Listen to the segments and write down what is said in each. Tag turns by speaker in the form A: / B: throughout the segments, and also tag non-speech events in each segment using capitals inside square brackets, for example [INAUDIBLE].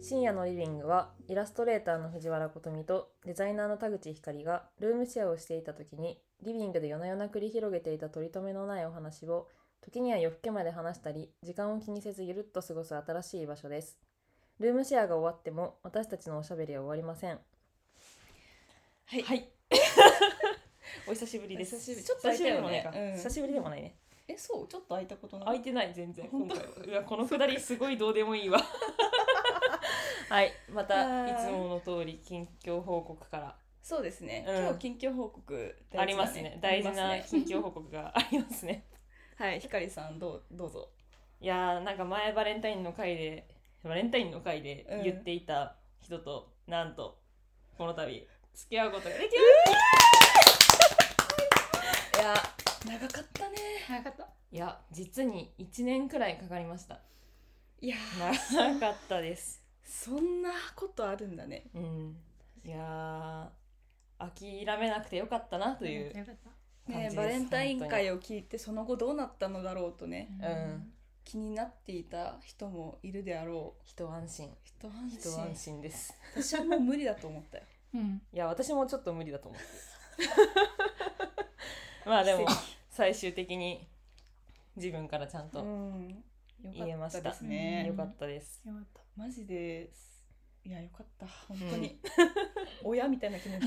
A: 深夜のリビングはイラストレーターの藤原琴美とデザイナーの田口光がルームシェアをしていた時にリビングで夜な夜な繰り広げていた取り留めのないお話を時には夜更けまで話したり時間を気にせずゆるっと過ごす新しい場所ですルームシェアが終わっても私たちのおしゃべりは終わりません
B: はい、
A: い [LAUGHS] お久しぶりです
B: お久しぶり
A: ちょっと久しぶりでもないか、
B: 久しぶりだよねうん
A: 久しぶりでもないね
B: えそうちょっと空いたことな
A: 空
B: い
A: いてない全然今
B: 本当
A: 回はうわこのくだりすごいどうでも
B: [LAUGHS]
A: いいわはいまた
B: はい
A: いつもの通り近況報告から
B: そうですね、
A: うん
B: 今日近況報告大事だ
A: ありますね大事
B: あ
A: な
B: りますね
A: 近況報告がありますね
B: はいひかりさんどうどうぞ
A: いやーなんか前バレンタインの回でバレンタインの回で
B: うん
A: 言っていた人と、なんとこの度付き合うことができましたいや
B: 長かったね長かった
A: いや実に1年くらいかかりました
B: いや
A: 長かったです
B: そんなことあるんだね
A: うん、いやー諦めなくてよかったなといううん
C: よかった
A: 感じで
B: ね
A: す
B: バレンタイン会を聞いてその後どうなったのだろうとね
A: うん
B: 気になっていた人もいるであろう
A: 一安心
B: 一安
A: 一
B: 心
A: 安心です
B: 私はもう無理だと思った [LAUGHS] よ
C: うん
A: いや私もちょっと無理だと思
B: [LAUGHS]
A: うまあでも
B: 奇
A: 最終的に自分からちゃん
B: 跡
A: と
B: うん
A: 言えました
B: よかったですね
A: 良かったです、
C: よかった
B: マジですいやよかった本当に、 [LAUGHS] 親みたいな気持ち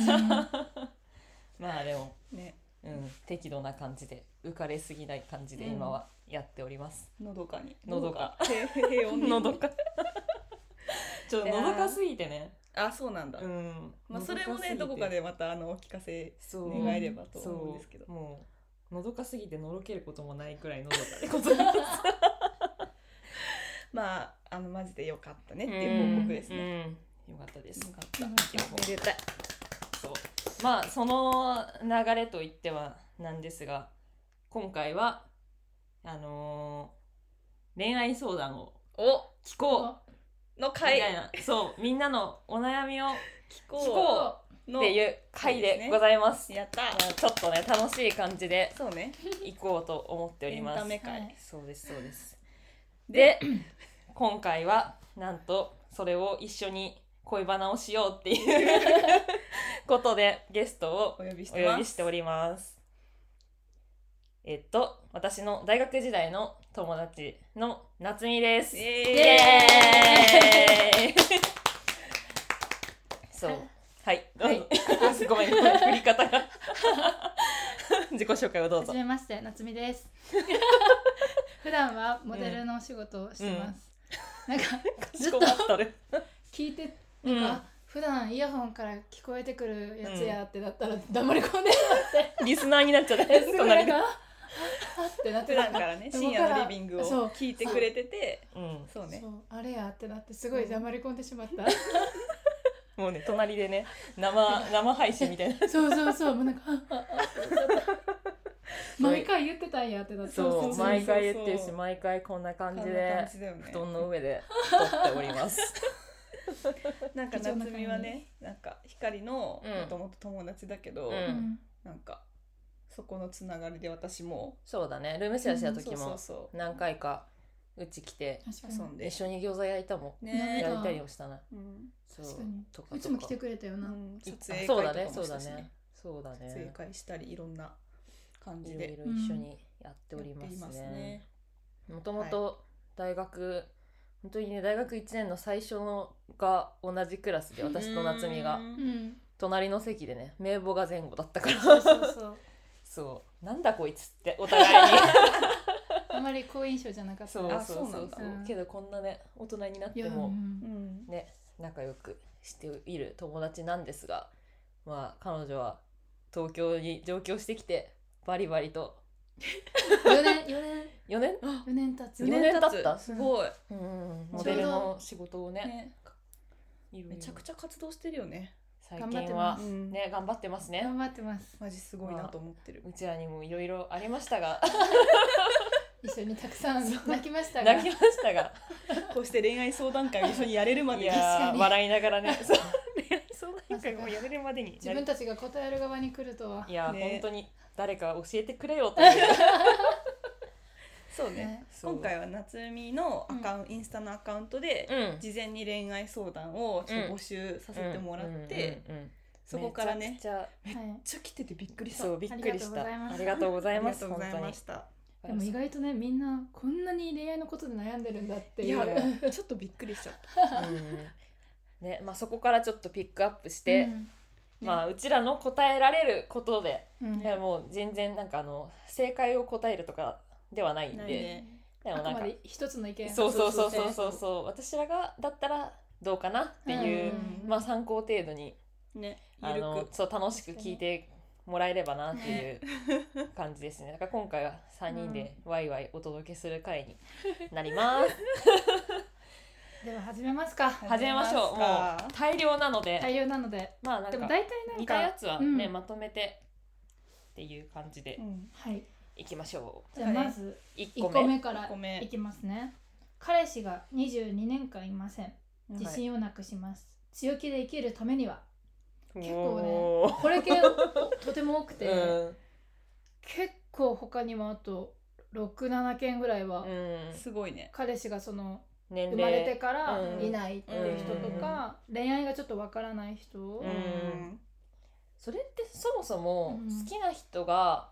A: まあでも、
B: ね
A: うん、適度な感じで浮かれすぎない感じで
B: うん
A: 今はやっており
B: [LAUGHS]
A: ます、
B: のどかに
A: のどか
B: 平平穏に
A: のどか [LAUGHS] ちょっと
B: いや
A: の
B: ー
A: どかすぎてね
B: [LAUGHS] あそうなんだ、
A: うん
B: まあ、それもねどこかでまたあのお聞かせ
A: そう
B: 願えればと
A: そ
B: 思うんですけど、
A: もうのどかすぎてのろけることもないくらい [LAUGHS] のどかでございます
B: まああのマジでよかったねっ
A: ってて
B: い
A: いうう
B: 報
A: 報告
B: 告で
A: ですす
B: ね、
A: ね、よかったです
B: よかっ
C: よかった
A: でも
B: ためでたい
A: そうまあその流れといってはなんですが今回はあのー恋愛相談を
B: お
A: 聞こ
B: の
A: うみたい
B: 回
A: な、そうみんなのお悩みを
B: 聞
A: 聞
B: こ
A: こ
B: う
A: うっ
B: の
A: ていう回でございます
B: やった
A: まあちょっとね楽しい感じで
B: そうね
A: 行こうと思っており
B: エン
A: ます
B: タメ会、
C: はい
A: そうですそうです。で
B: で
A: 今回はなんとそれを一緒に恋バナをしようっていうことでゲストを
B: お呼びし
A: お
B: て
A: 呼
B: ま
A: び
B: す
A: しております。えっと私の大学時代の友達の夏美です。
B: イ
A: イ
B: エ
A: エーイそうはい、
C: はい
A: どうぞ [LAUGHS] ごめんごめん振り方が [LAUGHS] 自己紹介をどう
C: は
A: ぞ
C: じ。めまして、夏美です。普段はモデルのお仕事をしてます。なんかずっと
A: かしこまっとる
C: 聞いて、
A: う
C: なん
A: ん
C: か、普段イヤホンから聞こえてくるやつやってだったら黙り込んでる
A: リスナーになっちゃ [LAUGHS] って
C: のすごいな
A: 隣
C: んか
A: で。
C: ああってなっ
B: 普
C: て
B: 段から
A: [LAUGHS]
B: ね深夜のリビング
C: そ
B: を
C: う
B: 聞いてくれてて
A: うん
B: そうね
C: そうあれやってなってすごい黙り込んでしまった、
A: もうね隣でね生生配信みたいな
C: そうそうそうもうなんかあああってなっちゃった毎回言ってたんやってなっ
A: [LAUGHS]
C: て
A: そう毎回言ってる
B: そ
A: し
B: うそう
A: 毎回こんな感じ
B: こんな
A: で
B: 感じだよね
A: 布団の上で撮っております [LAUGHS]
B: なんか夏美はねなんか光のも
A: うん
B: ともと友達だけど、
A: うん
C: うん
B: なんかそこのつながりで私も
A: そうだねルームシェアした時
B: そ
A: も
B: うそうそう
A: 何回かうち来て
C: 確か
B: 遊
C: に
B: んで
A: 一緒に餃子焼いたもん
B: ね
A: 焼いたりもしたな
B: うん
A: そう
C: 確かに
A: とかとか
C: うちも来てくれたよな、
B: 撮
A: い
B: 影会と
A: そうだ
B: か
A: ね
B: も
A: そう
B: し
A: だ
B: たし
A: ねそうだ
B: 撮影
A: ね
B: 会したりいろんな感
A: い
B: じ
A: ろい
B: で
A: ろ一緒にやっておりま
B: やっていますす
A: ね
B: ね
A: もともと大学、本当にね大学1年の最初のが同じクラスで私と夏美が
B: うん
C: うん
A: 隣の席でね名簿が前後だったから
C: そうそうそう
A: [LAUGHS] そうなんだこいつってお
C: [LAUGHS]
A: 互いに
C: あまり好印象じゃなかった
A: そう
B: あ
A: そうそう
B: そ
A: そうう
B: なんだ
C: うん
A: けどこんなね大人になっ
C: い
A: て
C: やう
A: も
C: ん
B: うん
A: ね仲良くしている友達なんですがまあ彼女は東京に上京してきてバリバリと
C: 4年4年
A: 4年、
C: 4年経つ
B: 四
A: 四
B: 年
A: 年
B: 経
A: 経
B: つ
A: った
B: すごい、
A: うん、
C: ちょうど
A: モデルの仕事をね
B: ね、
A: いろいろ
B: めちゃくちゃ活動してるよね、
A: 最
C: 頑張って
A: 近
C: ま
A: は
C: す
B: ん
A: ね頑張ってますね
C: 頑張ってます
B: マジすごいなと思ってる、
A: うちらにもいろいろありましたが
C: 一緒にたくさん泣きましたが
A: 泣きましたが
B: こうして恋愛相談会を一緒にやれるま
A: い
B: でに
A: や
C: 確か
A: ー
C: に
A: 笑いながらねそう恋愛相談会もうやめるまで [LAUGHS] に
C: 自分たちが答える側に来るとはい
A: やー、
B: ね
A: 本当に誰か教えてくれよという
B: そうね
C: ね
B: 今回は夏海のアカウン、インスタのアカウントで、
A: うん
B: 事前に恋愛相談をちょっと募集させてもらって、
A: うんうんうん
B: そこからねめ
A: め
B: っ
A: ちゃ
C: はい
B: ちゃ来ててびっく
A: く
B: り
A: ちゃ
B: した
A: そうびっくりしたあ
C: あ
A: り
C: り
A: が
C: が
A: と
C: と
A: うござ
B: あ
A: い
B: り
A: ま
B: が
A: す
B: とうご
A: 本
B: ざい
A: 当
B: ま
A: に
B: した
C: でも意外とねみんなこんなに恋愛のことで悩んでるんだって
B: い
C: いう
B: や
A: う
B: ちょっとびっくりしちゃった
A: うんねまあそこからちょっとピックアップして、
B: うん
A: まあうちらの答えられることで、
C: うんうん
A: いやもう全然なんかあの正解を答えるとかではないんで
B: ないね
A: でも
C: あ
A: な
C: く
A: ん
C: ま
A: か
C: で一つの意見
A: そうそうそう
B: そ
A: そ
B: うそう
A: そ
B: うそう
A: うそう私らがだったらどうかなっていう、
B: うん
A: まあ参考程度に
B: ね
A: [LAUGHS] あ
B: ゆる
A: の
B: く
A: そう楽しく聞いてもらえればなっていう感じですねだから今回は3人でワイワイお届けする回になります、
C: では始めますか
B: はい
A: 始めましょう
B: 始め
A: も
B: ますか
A: う大量なので、
C: 対応なので
A: まあなん
C: でも
A: か
C: 大体なん
A: 似たや
C: か
A: つはね、
C: うん
A: まとめてっていう感じで
B: うん
C: はい
A: いきましょ
C: じゃあまず
A: う1
C: 1
A: 個
C: 個
A: 目
C: 目から
B: 一個目
C: いきますね彼氏が22年間いません
B: うん
C: 自信をなくします強気で生きるため
A: [LAUGHS]
C: には結
A: お
C: 構ね
A: ー
C: これ系おとても多くて
A: うん
C: 結構他にもあと67件ぐらいは
A: うん
B: すごいね
C: 彼氏がその
A: 年
C: 生
A: 齢
C: まれてから
A: うん
C: いないっていう人とか恋愛がちょっとわからない人
A: うん
B: うん
A: それってそもそも
C: うん
A: 好きな人が、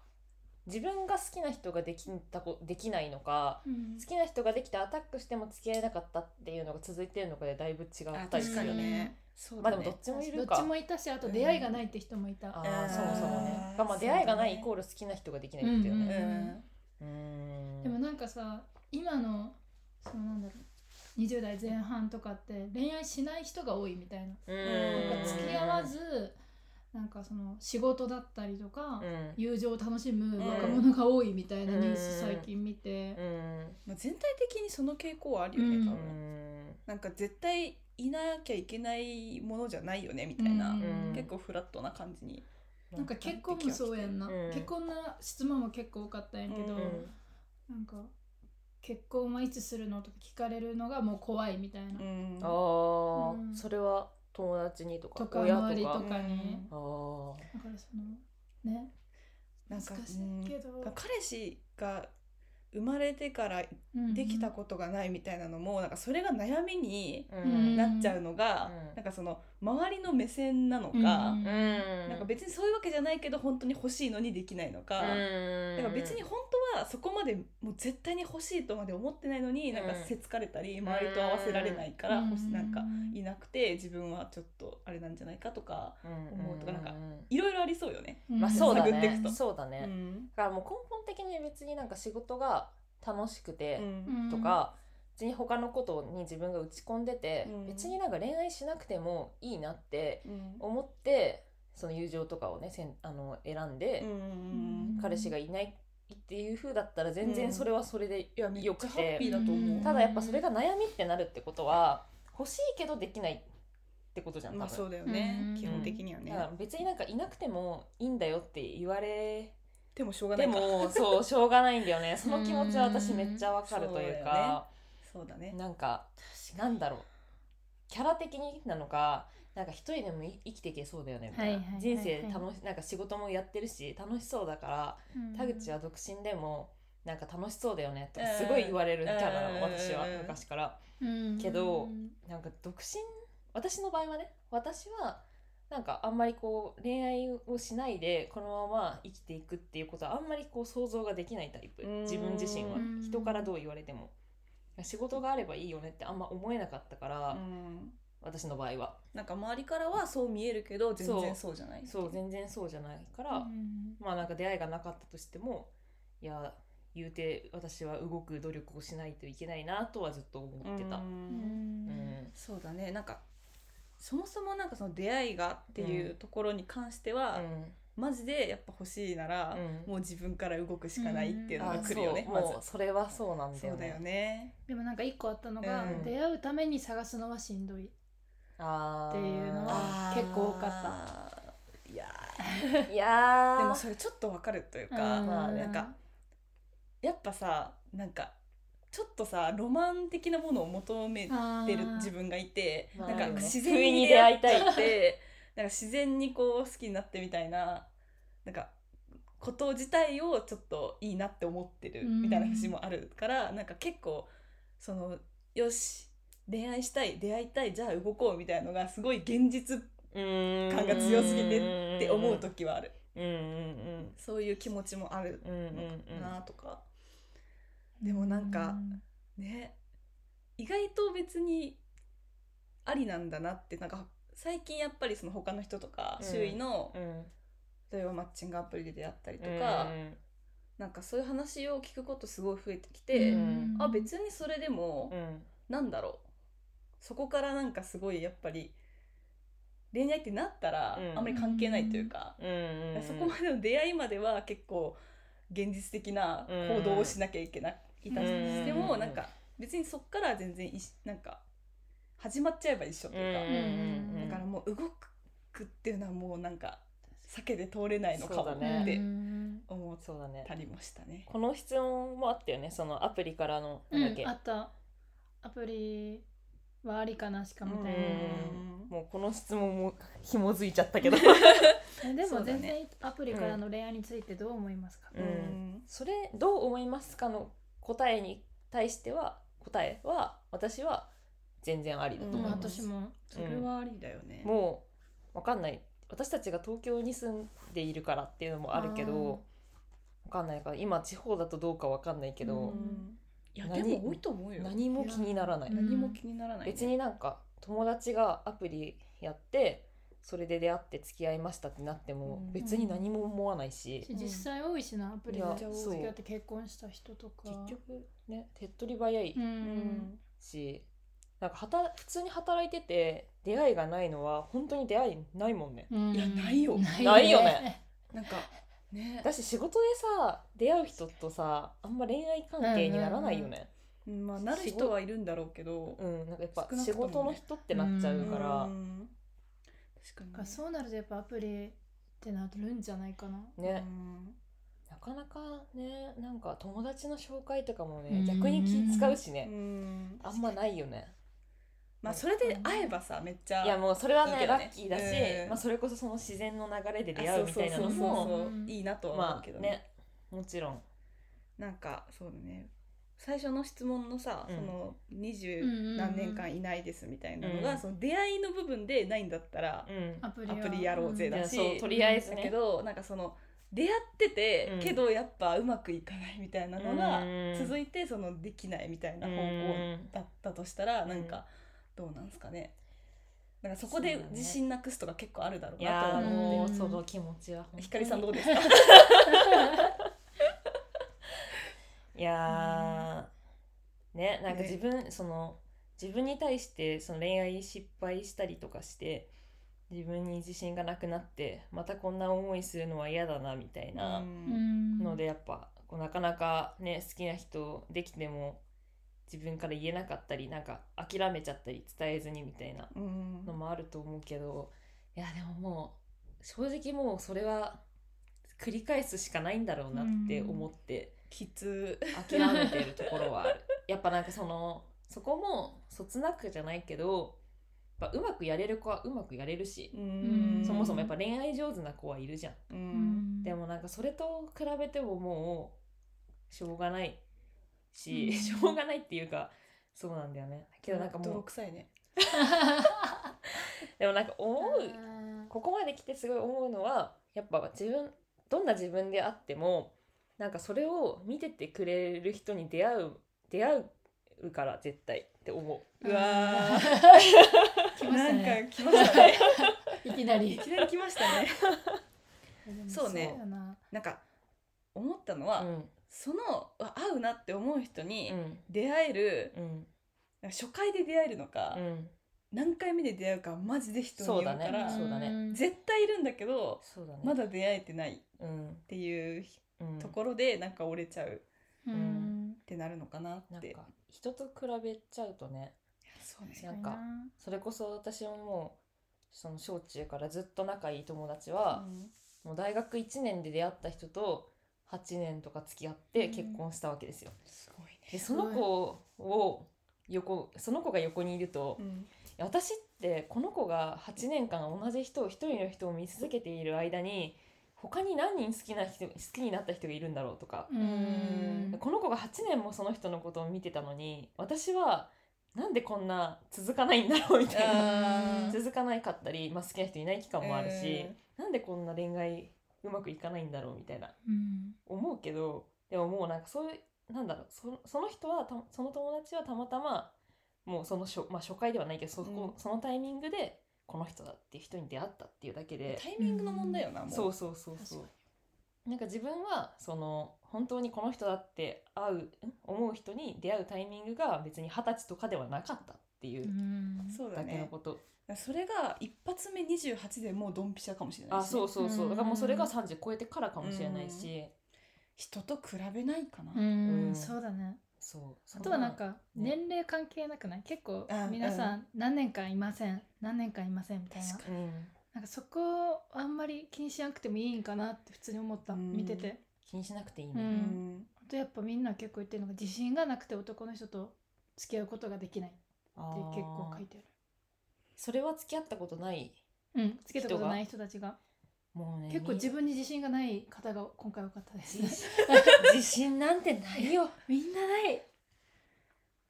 A: 自分が好きな人ができたこできないのか
C: うん
A: 好きな人ができてアタックしても付き合えなかったっていうのが続いてるのかでだいぶ違ったりす
B: 確か
A: るよ
B: に
A: ね。
B: ねそう
A: まあ
B: だ
A: で
B: ね
A: もどっちもい
C: ど
A: る
C: っ
A: か。
C: ちもいたしあと出会いがないって人もいた、
A: あ
B: う
A: あ
B: ん
A: そもそもね。まあまあ
B: そう
A: 出
B: だね
A: 会いがないイコール好きな人ができないっていう
C: う
A: ね。
B: うん
A: うん
C: でもなんかさ今のそのなんだろう20代前半とかって恋愛しない人が多いみたいな,、
A: うん
C: なんか付き合わず
A: う
C: なんかその仕事だったりとか、
A: ん
C: 友情を楽しむ
B: うん
C: 若者が多いみたいなニュー
A: うん
C: ス最近見て、
A: うん
B: まあ、全体的にその傾向はあるよね、
C: うん
B: 多
A: う
B: 分
A: ん
B: なんか絶対いなきゃいけないものじゃないよねみたいな、
C: うん
A: うん
B: 結構フラットな感じに
C: なんか結婚もそうやんな、
A: うん
C: 結婚の質問も結構多かったんやけど、
B: う
C: なんか結婚はいつするのとか聞かれるのがもう怖いみたいな、
B: うん
A: ああ、
C: うん
A: それは友達にとか
C: とか
A: 親とか。
C: 周りとかに
B: うん
A: あー
C: だからそのね
B: なんか
C: 難しい
B: うん
C: けど、
B: 彼氏が生まれてから
C: うん
B: できたことがないみたいなのも、なんかそれが悩みに
A: う
C: うん
A: ん
B: なっちゃうのが、
A: うん
B: なんかその周りの目線なのか、
C: うん
A: うん
B: なんか別にそういうわけじゃないけど本当に欲しいのにできないのか、
A: うん
B: なんか別に本当はそこまでもう絶対に欲しいとまで思ってないのに、
A: うん
B: なんかせつかれたり周りと合わせられないから、欲しなんかいなくて自分はちょっとあれなんじゃないかとか思うとかなんかいろいろありそうよね。
A: まあそうだ
B: 探ってい
A: ね
B: くと
A: そうだね、
B: う
A: だ
B: ん
A: からもう根本的に別になんか仕事が楽しく
B: う
A: て
B: ん
A: とか、別に他のことに自分が打ち込んでて、
B: うん
A: 別になんか恋愛しなくてもいいなって
B: うん
A: 思ってその友情とかをねせんあの選んで、
B: うん
A: 彼氏がいないっていう風だったら全然それはそれで
B: いやめっ
A: よ
B: ち
A: く
B: ゃハッ
A: て
B: ピ、ーだと思う。
A: ただやっぱそれが悩みってなるってことは欲しいけどできないってことじゃん多分、
B: まあそうだよね、
C: うん
B: 基本的には
A: だ
B: ね
A: か。ら別になんかいなくてもいいんだよって言われ
B: でもしょうがな
A: て
B: いか。
A: もそうしょうがないんだよねその気持ちは私めっちゃわかるというか
B: そうだね。
A: なんかなんだろうキャラ的になのかなんか一人でもい生きていけそうだよねみたいな、
C: はいはいはいは
A: 人
C: い
A: 生楽しなんか仕事もやってるし楽しそうだから田口は独身でもなんか楽しそうだよねとかすごい言われるキャラな
B: うん
A: の私は
B: うん
A: 昔から
C: うん
A: けどなんか独身私の場合はね私はなんかあんまりこう恋愛をしないでこのまま生きていくっていうことはあんまりこう想像ができないタイプ
B: うーん
A: 自分自身は
C: うん
A: 人からどう言われても仕事があればいいよねってあんま思えなかったから、
B: うん
A: 私の場合は
B: なんか周りからはそう見えるけど全然そうじゃない。
A: そう全然そうじゃないから、
C: うん
A: まあなんか出会いがなかったとしてもいや言うて私は動く努力をしないといけないなとはずっと思ってた。
B: う
C: うん
A: うんん
B: そうだね。なんかそもそもなんかその出会いがっていうところに関しては、
A: うん
B: マジでやっぱ欲しいなら、
A: うん
B: もう自分から動くしかないっていうの
A: あ
B: が来るよね。
A: そう
B: まず
A: もうそれはそうなんだ
B: そ
A: よ
B: うだよ
A: ね。
B: ね。
C: でもなんか一個あったのが、
B: うん
C: 出会うために探すのはしんどい
A: あー
C: っていうのは結構多かった
B: た。いや
A: いや
B: ーで
A: ー
B: もそれちょっとわかるというか、
C: うん
A: まあね
B: なんかやっぱさなんかちょっとさロマン的なものを求め
C: あー
B: てる自分がいて
A: まあ
B: なんか
A: あるよね
B: 自
A: 不意
B: 然
A: に
B: に
A: 出会
B: 出会
A: いた
B: い [LAUGHS] た
A: い
B: いってなんか自然にこう好きになってみたいななんかこと自体をちょっといいなって思ってる
C: うん
B: みたいな節もあるから、なんか結構そのよし恋愛したい出会いたいじゃあ動こうみたいなのがすごい現実っ
A: 感
B: が強すぎ
A: って
B: 思う時はある、
A: うんうん
B: そういう気持ちもある
A: うんうんうん
B: のかなとか、でもなんかね意外と別にありなんだなってなんか最近やっぱりその他の人とか
A: うん
B: 周囲の、
A: うん
B: 例えばマッチングアプリで出会ったりと
A: うん
B: か、
A: うん
B: なんかそういう話を聞くことすごい増えてきて、
A: うん
B: あ別にそれでも、
A: うん
B: なんだろうそこからなんかすごいやっぱり恋愛ってなったら
A: うん
B: あんまり関係ないというか、
A: うんうん
B: そこまでの出会いまでは結構現実的な行動をしなきゃいけない、いたとしても、
A: うん
B: なんか別にそっから全然いしなんか始まっちゃえば一緒というか、
A: うんうんうん
B: だからもう動くっていうのはもうなんか避けて通れないのかも
A: そうだね
B: っ
C: で
B: て思っ
A: そうだね
B: たりもしたね。
A: この質問もあったよねそのアプリからの
C: う
A: なんだっ
C: ん
A: け、
C: あったアプリはありかなしかみたいな、
A: うんもうこの質問も紐づいちゃったけど
C: えで
B: そ
C: も
B: うだね
C: 全然アプリからの恋愛についてどう思いますか、
A: うんそれどう思いますかの答えに対しては答えは私は全然ありだと
C: う
A: 思
C: ん
A: います、
C: 私も
B: それはありだよね。
A: もうわかんない私たちが東京に住んでいるからっていうのもあるけどわかんないから今地方だとどうかわかんないけ
C: う
A: ど、
B: んいや
A: 何
B: でも多いと思うよ。
A: 何も気にならない
C: いや
B: 何も気にならないね、
A: 別になんか友達がアプリやってそれで出会って付き合いましたってなっても
B: うん
A: 別に何も思わないし、
C: 実際多いしなアプリで
A: いや
C: 付き合って結婚した人とか
A: 結局ね手っ取り早い
C: うん、
B: うん
A: し、なんかはた普通に働いてて出会いがないのは本当に出会いないもんね。
C: うん
B: いやないよ
A: ないよね
B: なんかね、
A: だし仕事でさ出会う人とさあんま恋愛関係にならないよね。
B: うんまあなる人はいるんだろうけど、
A: うん、なんかやっぱ
B: 少なく
A: 仕
B: ともね
A: 事の人ってなっちゃう
B: だ
A: から、
B: 確
C: なん
B: か
C: か
B: に
C: そうなるとやっぱアプリってなるんじゃないかな
A: ね、
B: うん
A: なかなかねなんか友達の紹介とかもね、
C: うん
A: 逆に気使うし
B: う
A: ね、
B: ん
A: あんまないよね。
B: まあそれで会えばさめっちゃ
A: いやもうそれはね
B: いいけど
A: ラ
B: ね
A: ッキーだし、
B: うん
A: まあ、それこそその自然の流れで
B: あ
A: 出会うみたいなの
B: そうそう
A: も
B: そうそう
C: うん
B: いいなとは思
A: ま
B: うけ
A: あ
B: どね,、
A: ねもちろん。
B: なんかそうだね最初の質問のさ、
A: うん
B: その二十
C: うんうんうん
B: 何年間いないですみたいなのが、
A: うん
B: その出会いの部分でないんだったら、
A: うん
C: アプリ
B: アプリやろうぜ
A: い
B: だ
A: や
B: し、
A: そうとりあえず
B: だ
A: ね
B: けどなんかその出会ってて、
A: うん
B: けどやっぱうまくいかないみたいなの
A: う
B: が
A: ん
B: 続いてそのできないみたいな方向
A: うん
B: だったとしたら、
A: うん
B: なんかどうなんですかねなんかそこで
A: そうだね
B: 自信なくすとか結構あるだろう
A: い
B: なとは
A: やー
B: 思う
A: もう
C: うん
A: その気持ちは本当に
B: ひかりさんどうですか
A: いやーねなんか
B: ね
A: 自分、その自分に対してその恋愛失敗したりとかして自分に自信がなくなってまたこんな思いするのは嫌だなみた
B: [LAUGHS]
A: いな
C: うん
A: ので、やっぱこうなかなかね好きな人できても自分から言えなかったりなんか諦めちゃったり伝えずにみたいな
B: うん
A: のもあると思うけどいやでももう正直もうそれは繰り返すしかないんだろうなって思って。
B: きつ
A: 諦めてるところはあるやっぱなんかそのそこもそつなくじゃないけどやっぱうまくやれる子はうまくやれるし、
B: うん
A: そもそもやっぱ恋愛上手な子はいるじゃん、
B: う
C: うんん
A: でもなんかそれと比べてももうしょうがないし、
C: うん
A: [LAUGHS] しょうがないっていうかそうなんだよねけどなんか
B: 泥
A: もう
B: 臭いね
A: でもなんか思う
C: あー
A: ここまで来てすごい思うのはやっぱ自分どんな自分であってもなんかそれを見ててくれる人に出会う出会うから絶対って思う。
B: [LAUGHS] うわー
C: 来まし
B: な
C: た
B: ん
C: ね
B: か来まし
A: [LAUGHS]
B: たね
C: [LAUGHS] いきないり
B: きなり来ましたね [LAUGHS] そうね
C: だな
B: なんか思ったのは、
A: うん
B: そのうわ合うなって思う人に
A: うん
B: 出会える、
A: うん
B: なんか初回で出会えるのか、
A: うん
B: 何回目で出会うかはマジで人によるか
A: そうだ
B: ら、
A: ねそうだね
C: ん
B: 絶対いるんだけど
A: そうだね。
B: まだ出会えてないっ
A: うん
B: ていう
A: うん
B: ところでなんか折れちゃうっ
C: うん
B: てなるのかなっ
A: なん
B: て。
A: か人と比べちゃうとね
B: そうね
A: なんかそれこそ私ももうその小中からずっと仲いい友達は、もう大学1年で出会った人と8年とか付き合って結婚したわけですよ。
B: すごいね。
A: でその子を横その子が横にいると、
B: うん
A: 私ってこの子が8年間同じ人を一人の人を見続けている間に他に何人好きな人好きになった人がいるんだろうとか、
C: うんん
A: この子が8年もその人のことを見てたのに私はなんでこんな続かないんだろうみたいな
B: あー
A: 続かないかったり、まあ、好きな人いない期間もあるし、
B: うん
A: なんでこんな恋愛うまくいかないんだろうみたいな
C: うん
A: 思うけどでももうなんかそういうなんだろうそその人はたその友達はたまたまもうそのしょ、まあ、初回ではないけどそこ、
B: うん
A: そのタイミングでこの人だっていう人に出会ったっていうだけで
B: タイミングの問題よな、もう
A: そうそうそうそうなんか自分はその本当にこの人だって会うん思う人に出会うタイミングが別に二十歳とかではなかったっていううん
B: そうだ
A: だけの
B: ね
A: こと、
B: それが一発目28でもうドンピシャかもしれないしね、
A: あそうそうそうだからもうそれが30超えてからかもしれないし、
B: 人と比べないかな、
C: うん
A: うん
C: そうだね
A: そう
C: あとはなんか
A: ね
C: 年齢関係なくない結構
B: あ
C: 皆さん何年間いません何年間いませんみたいな
B: 確か
A: うん
C: なんかそこをあんまり気にしなくてもいいんかなって普通に思った
B: うん
C: 見てて
A: 気にしなくていいね、
C: うん
B: うん
C: あとやっぱみんな結構言ってるのが自信がなくて男の人と付き合うことができないって
A: あ
C: 結
A: ー
C: 構書いてある
A: それは付き合ったことない
C: うん、つけたことない人たちが
A: もうね
C: 結構
A: み
C: 自分に自信がない方が今回多かったです
A: 自信自信なんて [LAUGHS] ないよ
C: みんなない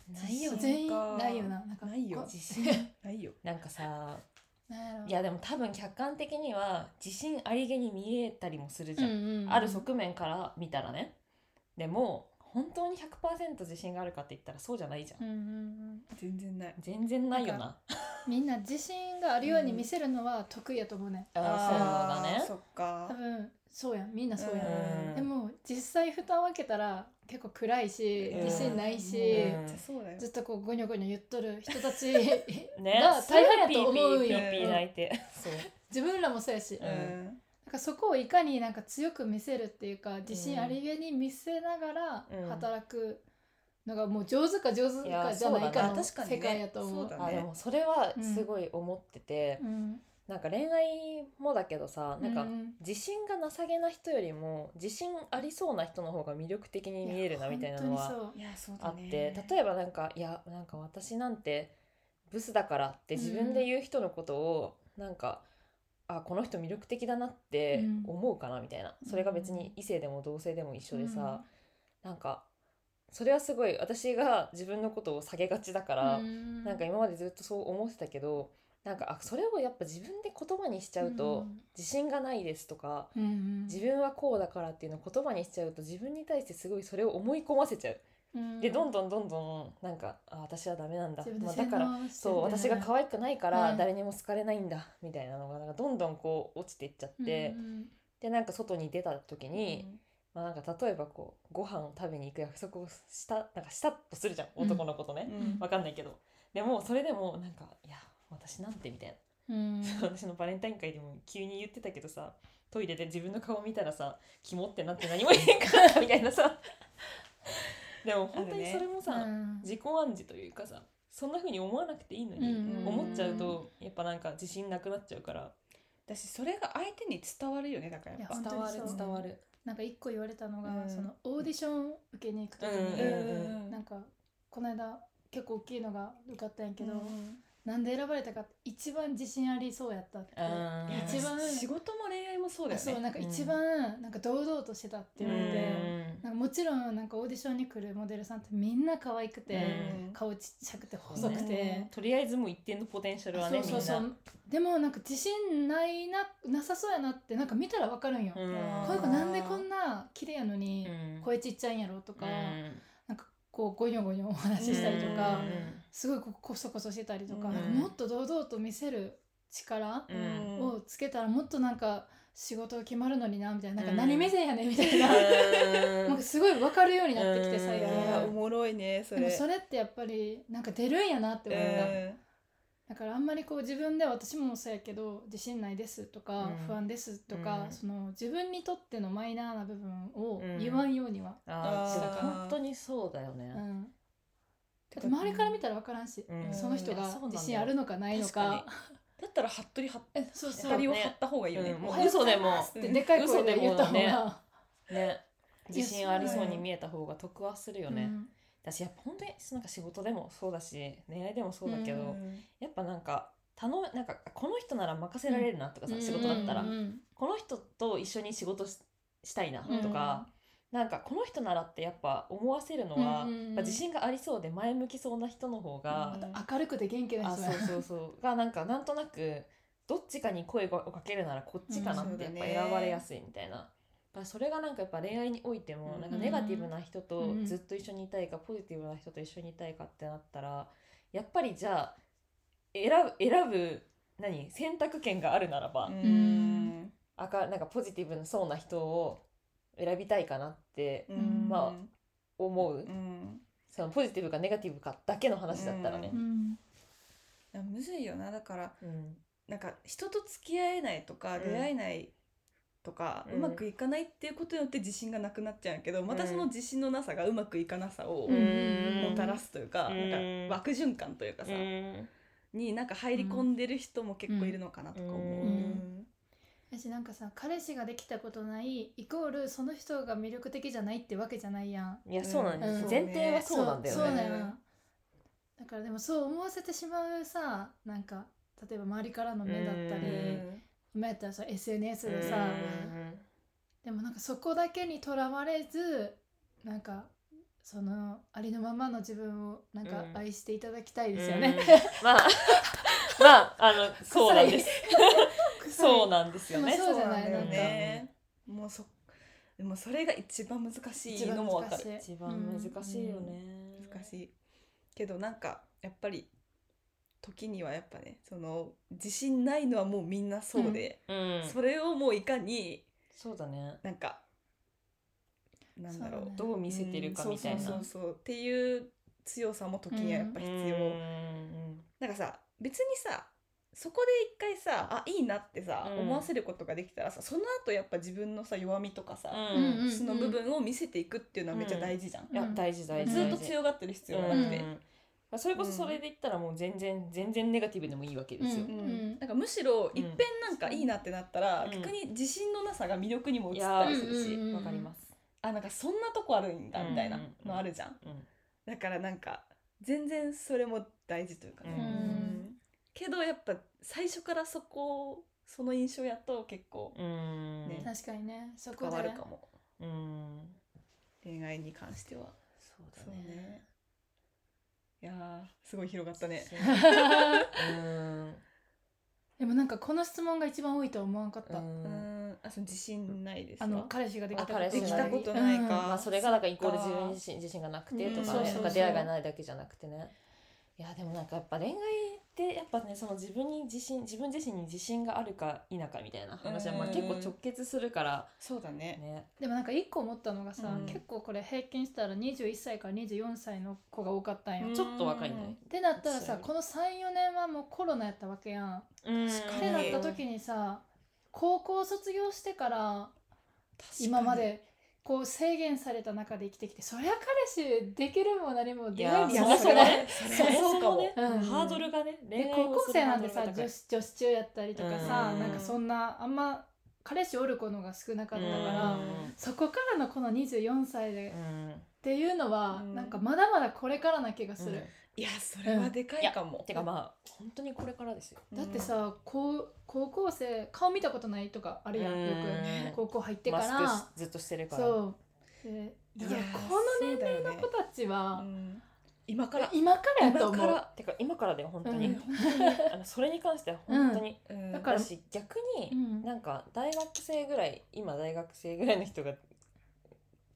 A: ないよ
B: 自信
C: 全員ないよななんか
B: ないよ
C: こ
A: 自信
B: ないよ
A: なんかさ
C: [LAUGHS] なんやろ
A: いやでも多分客観的には自信ありげに見えたりもするじゃん、
C: うんうん
A: ある側面から見たらねでも本当に100%自信があるかって言ったらそうじゃないじゃん、
C: うんうんうん
B: 全然ない
A: 全然ないよな
C: なんみんな自信があるように見せるのは得意やと思うね、
A: あー
B: ー
A: そう
B: そっか
C: 多分そうやんみんなそうや
A: だ
C: ん、
A: ね
B: うん
C: でも実際蓋を開けたら結構暗いし
A: うん
C: 自信ないし、
A: うん
B: めっちゃそうだよ
C: ずっとこうゴニョゴニョ言っとる人たち
A: [LAUGHS] ね
C: が大変やと思うよ
A: すぐピーピーピーピー泣いてそう
C: 自分らもそうやし、
A: うん
C: なんかそこをいかになんか強く見せるっていうか自信ありげに見せなが
A: うん
C: ら働くのがもう上手か上手かじゃない
A: いや
C: か
A: そうだ
B: な
C: の世
B: 確かにね
C: 界やと思
B: そう
C: う
B: だ。ね
A: あでもそれはすごい思ってて、
C: うん
A: なんか恋愛もだけどさなんか
C: うん
A: 自信がなさげな人よりも自信ありそうな人の方が魅力的に見えるなみたいなの
C: や
A: は
C: 本当に
B: いやそう
A: あ
B: だ
A: っ
B: ね
A: て、例えばなんかいやなんか私なんてブスだからって自分で言う人のことをなんか、あこの人魅力的だなって
C: うん
A: 思うかなみたいな、それが別に異性でも同性でも一緒でさ、なんかそれはすごい私が自分のことを下げがちだか
C: そう
A: ら、
C: うん
A: なんか今までずっとそう思ってたけどなんかあそれをやっぱ自分で言葉にしちゃうと、自信がないですとか
C: うんうん
A: 自分はこうだからっていうのを言葉にしちゃうと自分に対してすごいそれを思い込ませちゃう。
C: うん
A: でどん
C: どん
A: どんどんどんなんかあ私はダメなんだ、
C: 自分
A: ま
C: で
A: あ、だ
C: 洗
A: から
C: 脳して
A: そう私が可愛くないから
C: うん
A: 誰にも好かれないんだみたいなのがなんかどんどんこう落ちていっちゃって、
C: うん
A: でなんか外に出た時
B: うん
A: に、まあ、なんか例えばこうご飯を食べに行く約束をしたなんかしたとするじゃん男の子とね、
B: うん
A: わかんないけどでもそれでもなんかいや私なんてみたいな
C: うんうん、
A: 私のバレンタイン会でも急に言ってたけどさトイレで自分の顔見たらさキモってなって何も言えんか
C: [LAUGHS]
A: ったみたいなさでも本当にそれもさ、
C: うん
A: 自己暗示というかさそんな風に思わなくていいのに、
C: うん
A: 思っちゃうとやっぱなんか自信なくなっちゃうから
B: だしそれが相手に伝わるよねだからやっぱ
C: いや
A: 伝わ
C: 本当に
A: る
C: そう
A: 伝わる
C: なんか一個言われたのが、
B: うん
C: そのオーディション受けに行くとき
A: うん
C: に、
A: うん
C: なんかこの間結構大きいのが受かったんやけど、
B: うん
C: なんで選ばれたかって一番自信ありそうやったって
A: あー
C: 一番
B: 仕事も恋愛もそうだよね
C: そうなんか一番なんか堂々としてたって
A: う
C: いうので、
A: ん
C: なんかもちろんなんかオーディションに来るモデルさんってみんな可愛くて、
A: うん
C: 顔ちっちゃくて細くて、
A: とりあえずもう一定のポテンシャルはね
C: そうそうそうでもなんか自信ないななさそうやなってなんか見たらわかるんよ、
A: みんな、
B: あー
C: この子なんでこんな綺麗やのに
A: うん
C: 声ちっちゃいんやろとか、
A: うん
C: なんかこうゴニョゴニョお話ししたりとか、
A: うん
C: すごいこうコソコソしてたりとか,、
B: うん
C: なんかもっと堂々と見せる力
A: うんうん
C: をつけたらもっとなんか仕事決まるのになみたいななんか
A: うん
C: 何目線やねんみたい [LAUGHS] な,、 [LAUGHS] なんかすごい分かるようになってき
A: う
C: て
A: ん
C: 最
B: い
C: 近
B: やーお
A: うん
B: もろいねそ
C: でも
B: れ
C: それってやっぱりなんか出るんやなって思った、
B: うん
C: だからあんまりこう自分では私もそうやけど自信ないですとか、
A: うん
C: 不安ですとか、
A: うん
C: その自分にとってのマイナーな部分を
A: うん
C: 言わんようには、
A: あー
B: あー
A: だから本当にそうだよ
C: うん
A: ね、
C: だって周りから見たら分からんし、
A: うん
C: その人
A: いや
C: が
A: そうなんだよ
C: 自信あるのかないの
B: 確
C: か
B: かだったらはっとりはっ
C: えそうそ
A: やっぱ
C: う
B: 光
A: り
B: を張った方がいいよね、
A: うんも
C: お
A: う
C: はようございます
B: 嘘で
C: って
B: も
C: でかい声で言った方
A: 嘘でも
C: が
A: ね
C: いや
A: 自信ありそうに見えた方が得はするよね、
C: うん
A: だしやっぱ本当になんか仕事でもそうだし恋愛でもそうだけど、
B: うん
A: やっぱなんか頼むなんかこの人なら任せられるなとかさ、仕事だったら、
C: うんうん
A: この人と一緒に仕事ししたいな
C: うん
A: とか、なんかこの人ならってやっぱ思わせるのは、
C: うんうんうん
A: やっぱ自信がありそうで前向きそうな人の方が、
B: うん
C: 明るくて元気な
A: あ
C: 人
A: そうそうそう [LAUGHS] がなんかなんとなくどっちかに声をかけるならこっちかな
B: うん
A: っ
B: そう
A: てや
B: だ
A: っ
B: ね
A: ぱ選ばれやすいみたいな、だからそれがなんかやっぱ恋愛においても
B: うん
A: なんかネガティブな人と
C: うん
A: ずっと一緒にいたいか、ポジティブな人と一緒にいたいかってなったらやっぱりじゃあ選ぶ選ぶ何選択権があるならば、
B: うん
A: 明るなんかポジティブなそうな人を選びたいかなって
B: うん
A: まあ思う、
B: うん
A: そのポジティブかネガティブかだけの話だったらね
C: う。ん
B: いやむずいよなだから
A: うん
B: なんか人と付き合えないとか
A: うん
B: 出会えないとか、
A: う
B: うんまくいかないっていうことによって自信がなくなっちゃうけどまたその自信のなさがうまくいかなさを
A: うん
B: もたらすというか,、
A: うん
B: なんか枠循環というかさ、になんか入り込んでる人も結構いるのかなとか思う。
A: うん
B: うん
C: 私なんかさ彼氏ができたことないイコールその人が魅力的じゃないってわけじゃないやん
A: いやそうなんです、
C: うん
A: 前提はそうなんだよね。
C: そうだよなだからでもそう思わせてしまうさなんか例えば周りからの目だったり、
A: うん
C: 今やったらさ SNS でさ、
A: うん
C: でもなんかそこだけにとらわれずなんかそのありのままの自分をなんか
A: うん
C: 愛していただきたいですよね、
A: うんまあ [LAUGHS] まああのそうなんです。
C: 臭い
A: そうなんですよね
C: で。もそうじゃない
B: んだよ
A: なん
B: ね。もうそでもそれが一番難しいのもわかる。
A: 一番難しいよね。
B: 難しいけどなんかやっぱり時にはやっぱねその自信ないのはもうみんなそうで、
A: うん、
B: それをもういかに
A: そうだね。
B: なんかなんだろう
C: そうだね
A: どう見せてるかみたいな。
B: うんそうそうそうそうっていう強さも時にはやっぱ必要、
A: うん
B: なんかさ別にさそこで一回さあいいなってさ、
A: うん
B: 思わせることができたらさその後やっぱ自分のさ弱みとかさ、
A: うん
C: うんうん
B: その部分を見せていくっていうのはめっちゃ大事じゃん、
A: いや大事大事。
B: ずっと
A: 大事
B: 強がってる必要はなくて、
A: うんまあ、それこそそれで言ったらもう全然、全然ネガティブでもいいわけですよ。
C: うん
B: なんかむしろ
A: うん
B: いっぺんなんかいいなってなったら、
A: うん
B: 逆に自信のなさが魅力にも映ったりするし、
C: いやーうんうんうん
A: わかります。
B: あなんかそんなとこあるんだみたいなのあるじゃん、
A: うん
B: だからなんか全然それも大事というかね、
A: うん
B: けどやっぱ最初からそこをその印象やと結構
A: うん
B: ね
C: 確かにねそこ
B: 変わ
C: で
B: るかも
A: うん
B: 恋愛に関しては
A: そうだ
B: そう
A: ね。
B: ねいやーすごい広がったね
A: うん
C: でもなんかこの質問が一番多いとは思わんかった、
B: うーんあその自信ないですか
C: あの彼氏ができた
A: あ彼氏
B: でき
A: が
B: たことないか、
C: うん
A: まあそれがなんかイコール
B: そ
A: 自
B: っか
A: 分自身自身がなくてと
B: うん
A: か
B: そ
A: ね
B: うそう
A: な
B: そ
A: ん
B: う
A: か出会いがないだけじゃなくてねいやでもなんかやっぱ恋愛ってやっぱねその自分に自信自分自身に自信があるか否かみたいな話はまあ
B: うん
A: 結構直結するから
B: そうだね
A: ね
C: でもなんか一個思ったのがさ、
A: うん
C: 結構これ平均したら21歳から24歳の子が多かったんよ。
B: うん
A: ちょっと若いね
C: ってなったら
A: そう
C: さ
A: やね
C: この34年はもうコロナやったわけやん。っ
A: うん
B: 確か
C: て
B: に
C: なった時にさ高校卒業してから今までこう制限された中で生きてきてそりゃ彼氏できるも何も
A: い
C: 出会
A: や
C: い
B: い
C: に
B: や
C: も
B: それはね
A: そ
B: それは
A: もそ
B: そうか
A: も
B: も
A: ね
C: うん
A: ハードルがね
C: で
A: 恋愛
C: 高
A: を
C: 校
A: する
C: 生
A: ハ
C: な
A: ー
C: ん
A: ドル
C: て
A: が
C: さ
A: 高
C: 女
A: い
C: 子女子中やったりとかさ、
A: うん
C: なんかそんなあんま彼氏おる子のが少なかったから、
A: うん
C: そこからのこの24歳で、
A: う
C: っ
A: ん
C: ていうの
B: う
C: は、
B: ん
C: なんかまだまだこれからな気がする。
B: いやそれはでかいかも、
A: てかまあ本当にこれからですよ
C: だってさ、こう高校生顔見たことないとかあるやん、よ
A: うん
C: く高校入ってか
A: マスクし
C: ら
A: ずっとしてるから
C: そうでだからこの
B: 年齢
C: 子たちは、
B: 今から、
C: 今からやと
A: 今
C: 思
A: か
C: う
A: らてか今からだよ本当に、
C: うん
A: 本当に [LAUGHS] あのそれに関しては本当に、
B: うん
C: だ
A: だ
C: から
A: し逆
C: う
A: に、
C: ん
A: なんか大学生ぐらい今大学生ぐらいの人がだっ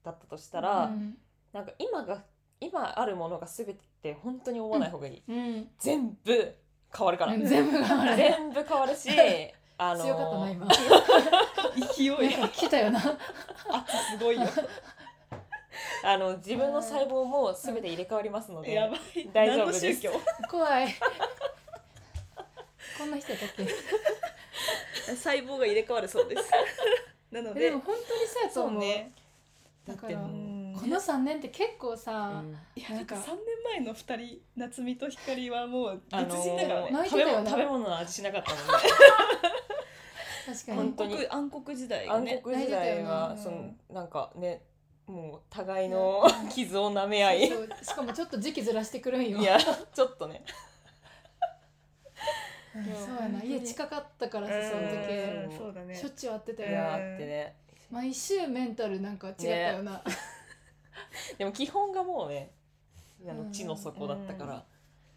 A: たとしたら、
C: うん
A: なんか今が今あるものが全てって本当に思わない方がいい、
C: うん
A: 全部変わるから、
C: 全部があれ
A: 全部変わる
C: [LAUGHS]
A: しあの
C: 強かったな今
B: [LAUGHS] 勢い
C: なんか来たよな
B: すごいよ
A: あの自分の細胞も全て入れ替わりますので、
B: やばい
A: 大丈夫です
B: 何の宗教
C: 怖いこんな人だっけ
B: 細胞が入れ替わるそうですなの
C: え
B: で
C: でも本当にそうやと
B: そう
C: 思う
B: ね
C: だか
A: だって
C: ら
A: もう
C: この3年って結構
A: う
C: さ、
A: ん
B: いや
C: な
B: なんん
C: か
B: か3年前の2人夏美と光はもう
A: あの
B: 別人だからね、
C: 泣い
A: 食
C: て
A: べ
C: たよ
A: 物
C: ね
A: 食べ物の味しなかったもんね
C: 確か
A: 本
C: に
A: 当に
B: 暗黒暗黒時代よ
A: 暗
B: ね
A: 黒時代は、
B: 泣いて
A: そ
B: たよ
A: の
B: ね
A: なんかねもう互いの [LAUGHS] 傷を舐め合いい
C: そうしかもちょっと時期ずらしてくるんよ
A: やちょっとね
B: うん
C: そうやな家近かったからさその時
B: うんそうだね
C: しょっちゅう会ってた
A: い
C: よ
A: や
C: な
A: ーってね
C: 毎週メンタルなんか違ったよな、
A: でも基本がもうねあの地の底だったから、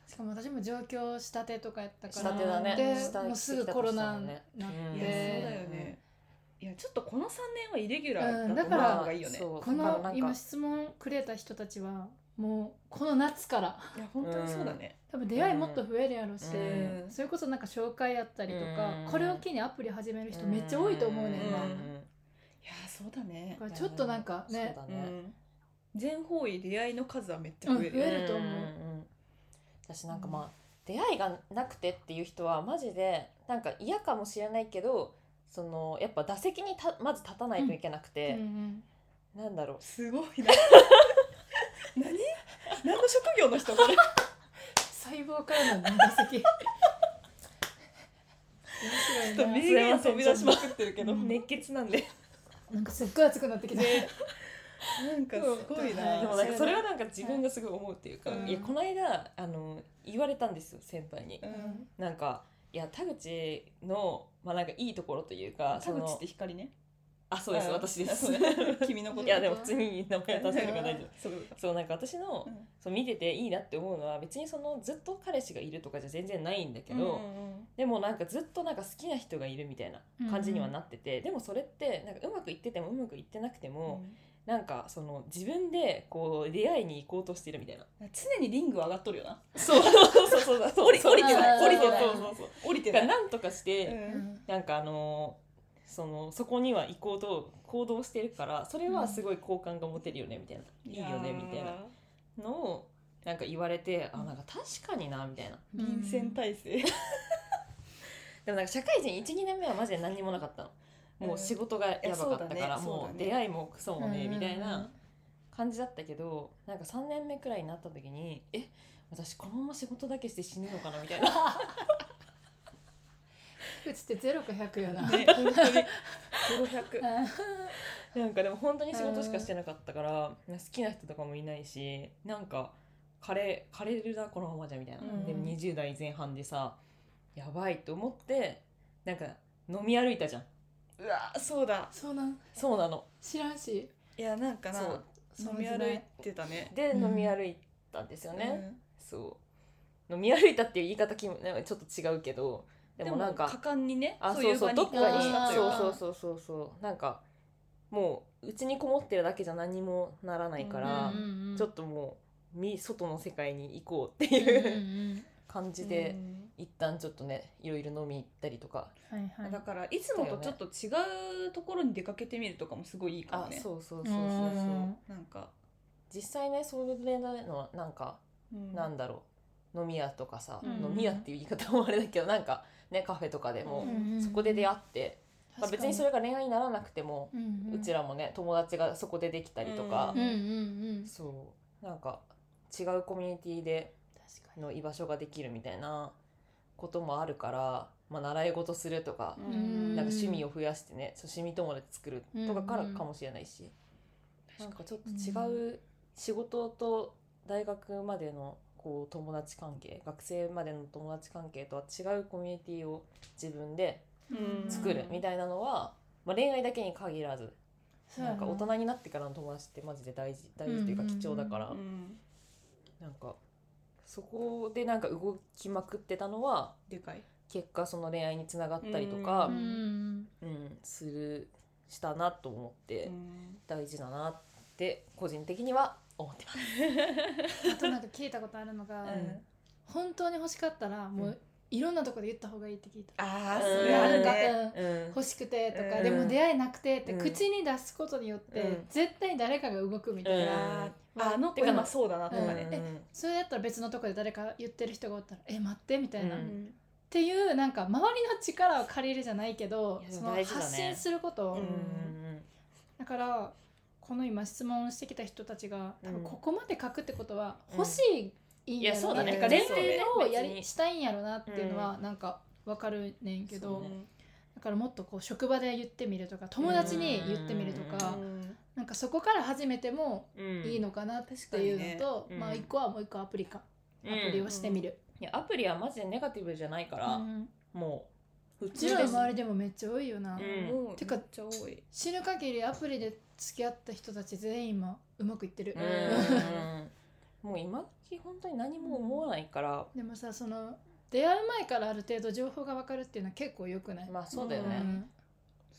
C: しかも私も上京したてとかやったから
A: 下手だね
C: で
A: 下
C: もうすぐコロナになって、
A: うん
B: いやそうだよね、いやちょっとこの3年はイレギュラーだ
C: だ
B: った
C: から
B: 方がいいよね、
A: そう
C: こ
A: だからなん
C: の
A: か
C: 今質問くれた人たちはもうこの夏から
B: いや本当にそうだね、
C: 多分出会いもっと増えるやろうし、
A: うん
C: それこそなんか紹介やったりとか、
A: うん
C: これを機にアプリ始める人めっちゃ多いと思うねんな、
B: うん
C: だ
B: いやそうだね
C: からちょっとなんかね
A: そうだ
B: う
A: ね
B: ん全方位出会いの数はめっちゃ増える、
C: うん増えると思うん
A: ん私なんかまあ、出会いがなくてっていう人はマジでなんか嫌かもしれないけどそのやっぱ打席にたまず立たないといけなく
C: うんう
A: て、
C: ん
A: なんだろう
B: すごいな何何の職業の人これ
C: 細胞からの打席面
B: ちょっと
C: 白
B: 名
C: いな
B: 言飛び出しまくってるけど
C: うん
B: 熱血なんで
C: なんかすっごい熱くなってきて、
B: なんかすごい
C: うん
A: で
B: な
A: も
C: う
A: なんかそれはなんか自分がすごい思うっていうか、
B: うん
A: いやこの間あの言われたんですよ先輩に
B: う。ん
A: なんかいや田口のまあなんかいいところというかそ
B: 田口っ
A: の
B: て光ね
A: あそうです私で
B: あ
A: す
B: そう。ね君のこ
A: [LAUGHS] い
B: と
A: やでも普通に名前出せるから大丈夫。
B: そう
A: そうなんか私の
B: うん
A: そう見てていいなって思うのは別にそのずっと彼氏がいるとかじゃ全然ないんだけど、
B: うん
A: でもなんかずっとなんか好きな人がいるみたいな感じにはなってて、でもそれってなんかうまくいっててもうまくいってなくても、なんかその自分でこう出会いに行こうとしてるみたいな。
B: うん常にリング上がっとるよな
A: そうそうそうそうそう。 [LAUGHS] 降り
B: 降り
C: てない降りてない
A: そうそうそう。
B: 降りて
A: だか
B: な
A: ら
B: い
A: なんとかして。
B: うん
A: なんかあのそのそこには行こうと行動してるからそれはすごい好感が持てるよねみたいな、いいよねみたいなのをなんか言われてあなんか確かになみたいな
B: やー臨戦態勢
A: でもなんか社会人12年目はマジで何にもなかったのもう仕事がやばかった
B: い
A: か
B: や
A: ら、
B: そう
A: もう
B: だねそうだね
A: 出会いもクソもね、みたい
C: うんうんう
A: なん感じだったけどなんか3年目くらいになった時にえ私このまま仕事だけして死ぬのかなみたいな
C: 口ってゼロか100よな、
B: ね本当に500
A: なんかでも本当に仕事しかしてなかったから、好きな人とかもいないしなんか枯れ枯れるなこのままじゃみたいな、
C: うん
A: でも20代前半でさやばいと思ってなんか飲み歩いたじゃん
B: うわそうだ
C: そうなん
A: そうなの
C: 知らんし
B: いやなんかな
A: そう
B: 飲み歩いてたね
A: で、
C: うん
A: 飲み歩いたんですよね、そう飲み歩いたっていう言い方きもねちょっと違うけど
B: うん
A: でもなんか
B: 果敢にね
A: あ
B: そ
A: そう
B: いうう
A: そ
B: 場
A: う
B: に
A: ど
B: 行
A: っ
B: こ
A: か
B: うと
A: に
B: したという
A: そう
B: か
A: そうそうそうそうなんかもううちにこもってるだけじゃ何にもならないから、
B: うん
A: ちょっともうみ外の世界に行こうっていう、感じで、
B: うん
A: 一旦ちょっとねいろいろ飲み行ったりとか、
C: はいはい
B: だからいつもとちょっと違うところに出かけてみるとかもすごいいいかもね
A: あそうそうそうそうそう
B: なんか、
A: 実際ねそれなのはなんか、
B: うん
A: なんだろう飲み屋とかさ、
B: うん
A: 飲み屋っていう言い方もあれだけどなんかねカフェとかでも、そこで出会って、まあ、別にそ
C: れ
A: れが恋愛にならなくても、うち
C: ら
A: らもね友達がそこでできたりとか
C: うん、うんうん
A: そうなんか違うコミュニティで
C: 確か
A: の居場所ができるみたいなこともあるから、まあ、習い事するとか、
B: う
C: うん
A: なんか趣味を増やしてね、そう趣味友達作るとかからかもしれないし、
B: うん
A: なんかちょっと違う仕事と大学までのこう友達関係学生までの友達関係とは違うコミュニティを自分で
B: うん
A: 作る
C: うん
A: みたいなのは、まあ、恋愛だけに限らず
C: に
A: なんか大人になってからの友達ってマジで大事大事というか
C: うんうんうん
A: 貴重だから、
B: うん
A: なんかそこでなんか動きまくってたのは
B: でかい
A: 結果その恋愛につながったりとか
C: う、ん
A: うん、するしたなと思って。
B: うん
A: 大事だなって個人的には思ってます。
C: あとなんか聞いたことあるのが
B: うん
C: 本当に欲しかったらもういろんなとこで言った方がいいって聞いた
B: ああ
A: うん
B: それあ
C: な
B: る
C: んか
B: ね
C: うん
A: うん
C: 欲しくてと
B: う
C: か
B: ん
C: でも出会えなくてって
A: うん
C: 口に出すことによっ
A: う
C: て
A: ん
C: 絶対誰かが動くみたい
A: うん
C: な
B: あーあの子
A: てか
B: 今そうだなとかね
C: えそれだったら別のとこで誰か言ってる人がおったら「え待って」みたいな、
A: う
B: うん
C: っ
B: ん
C: ていうなんか周りの力を借りるじゃないけど
A: いや
C: その
A: 大事だね
C: 発信すること、
A: うん
C: だからこの今質問してきた人たちが多
A: う
C: 分
A: ん
C: ここまで書くってことは
A: うん
C: 欲しいんや
A: いやそ
C: ろ
A: うだ
C: な
A: ね
C: とか恋
A: そうね
C: 愛をや
A: 別に
C: りしたいんやろなっていうのはなんかわかるねんけ
A: そ
C: ど、
A: うね
C: だからもっとこう職場で言ってみるとか友達に言ってみるとか、
B: うん
C: なんかそこから始めても
A: うん
C: いいのかなっていうのと、
A: うん
C: まあ一個はもう一個アプリかアプリをしてみる、
A: いやアプリはマジでネガティブじゃないか
C: う
A: ら、
C: ん
A: もう普
C: う
A: 通で
C: ち
A: す
C: らの周りでもめっちゃ多いよな、
A: うん
B: もう
C: てか
B: めっちゃ多い
C: 知る限りアプリで付き合った人たち全員今うまくいってる、
A: うーんもう今時本当に何も思わないから、
C: でもさその出会う前からある程度情報が分かるっていうのは結構よくない、
A: まあそうだよね、
C: ん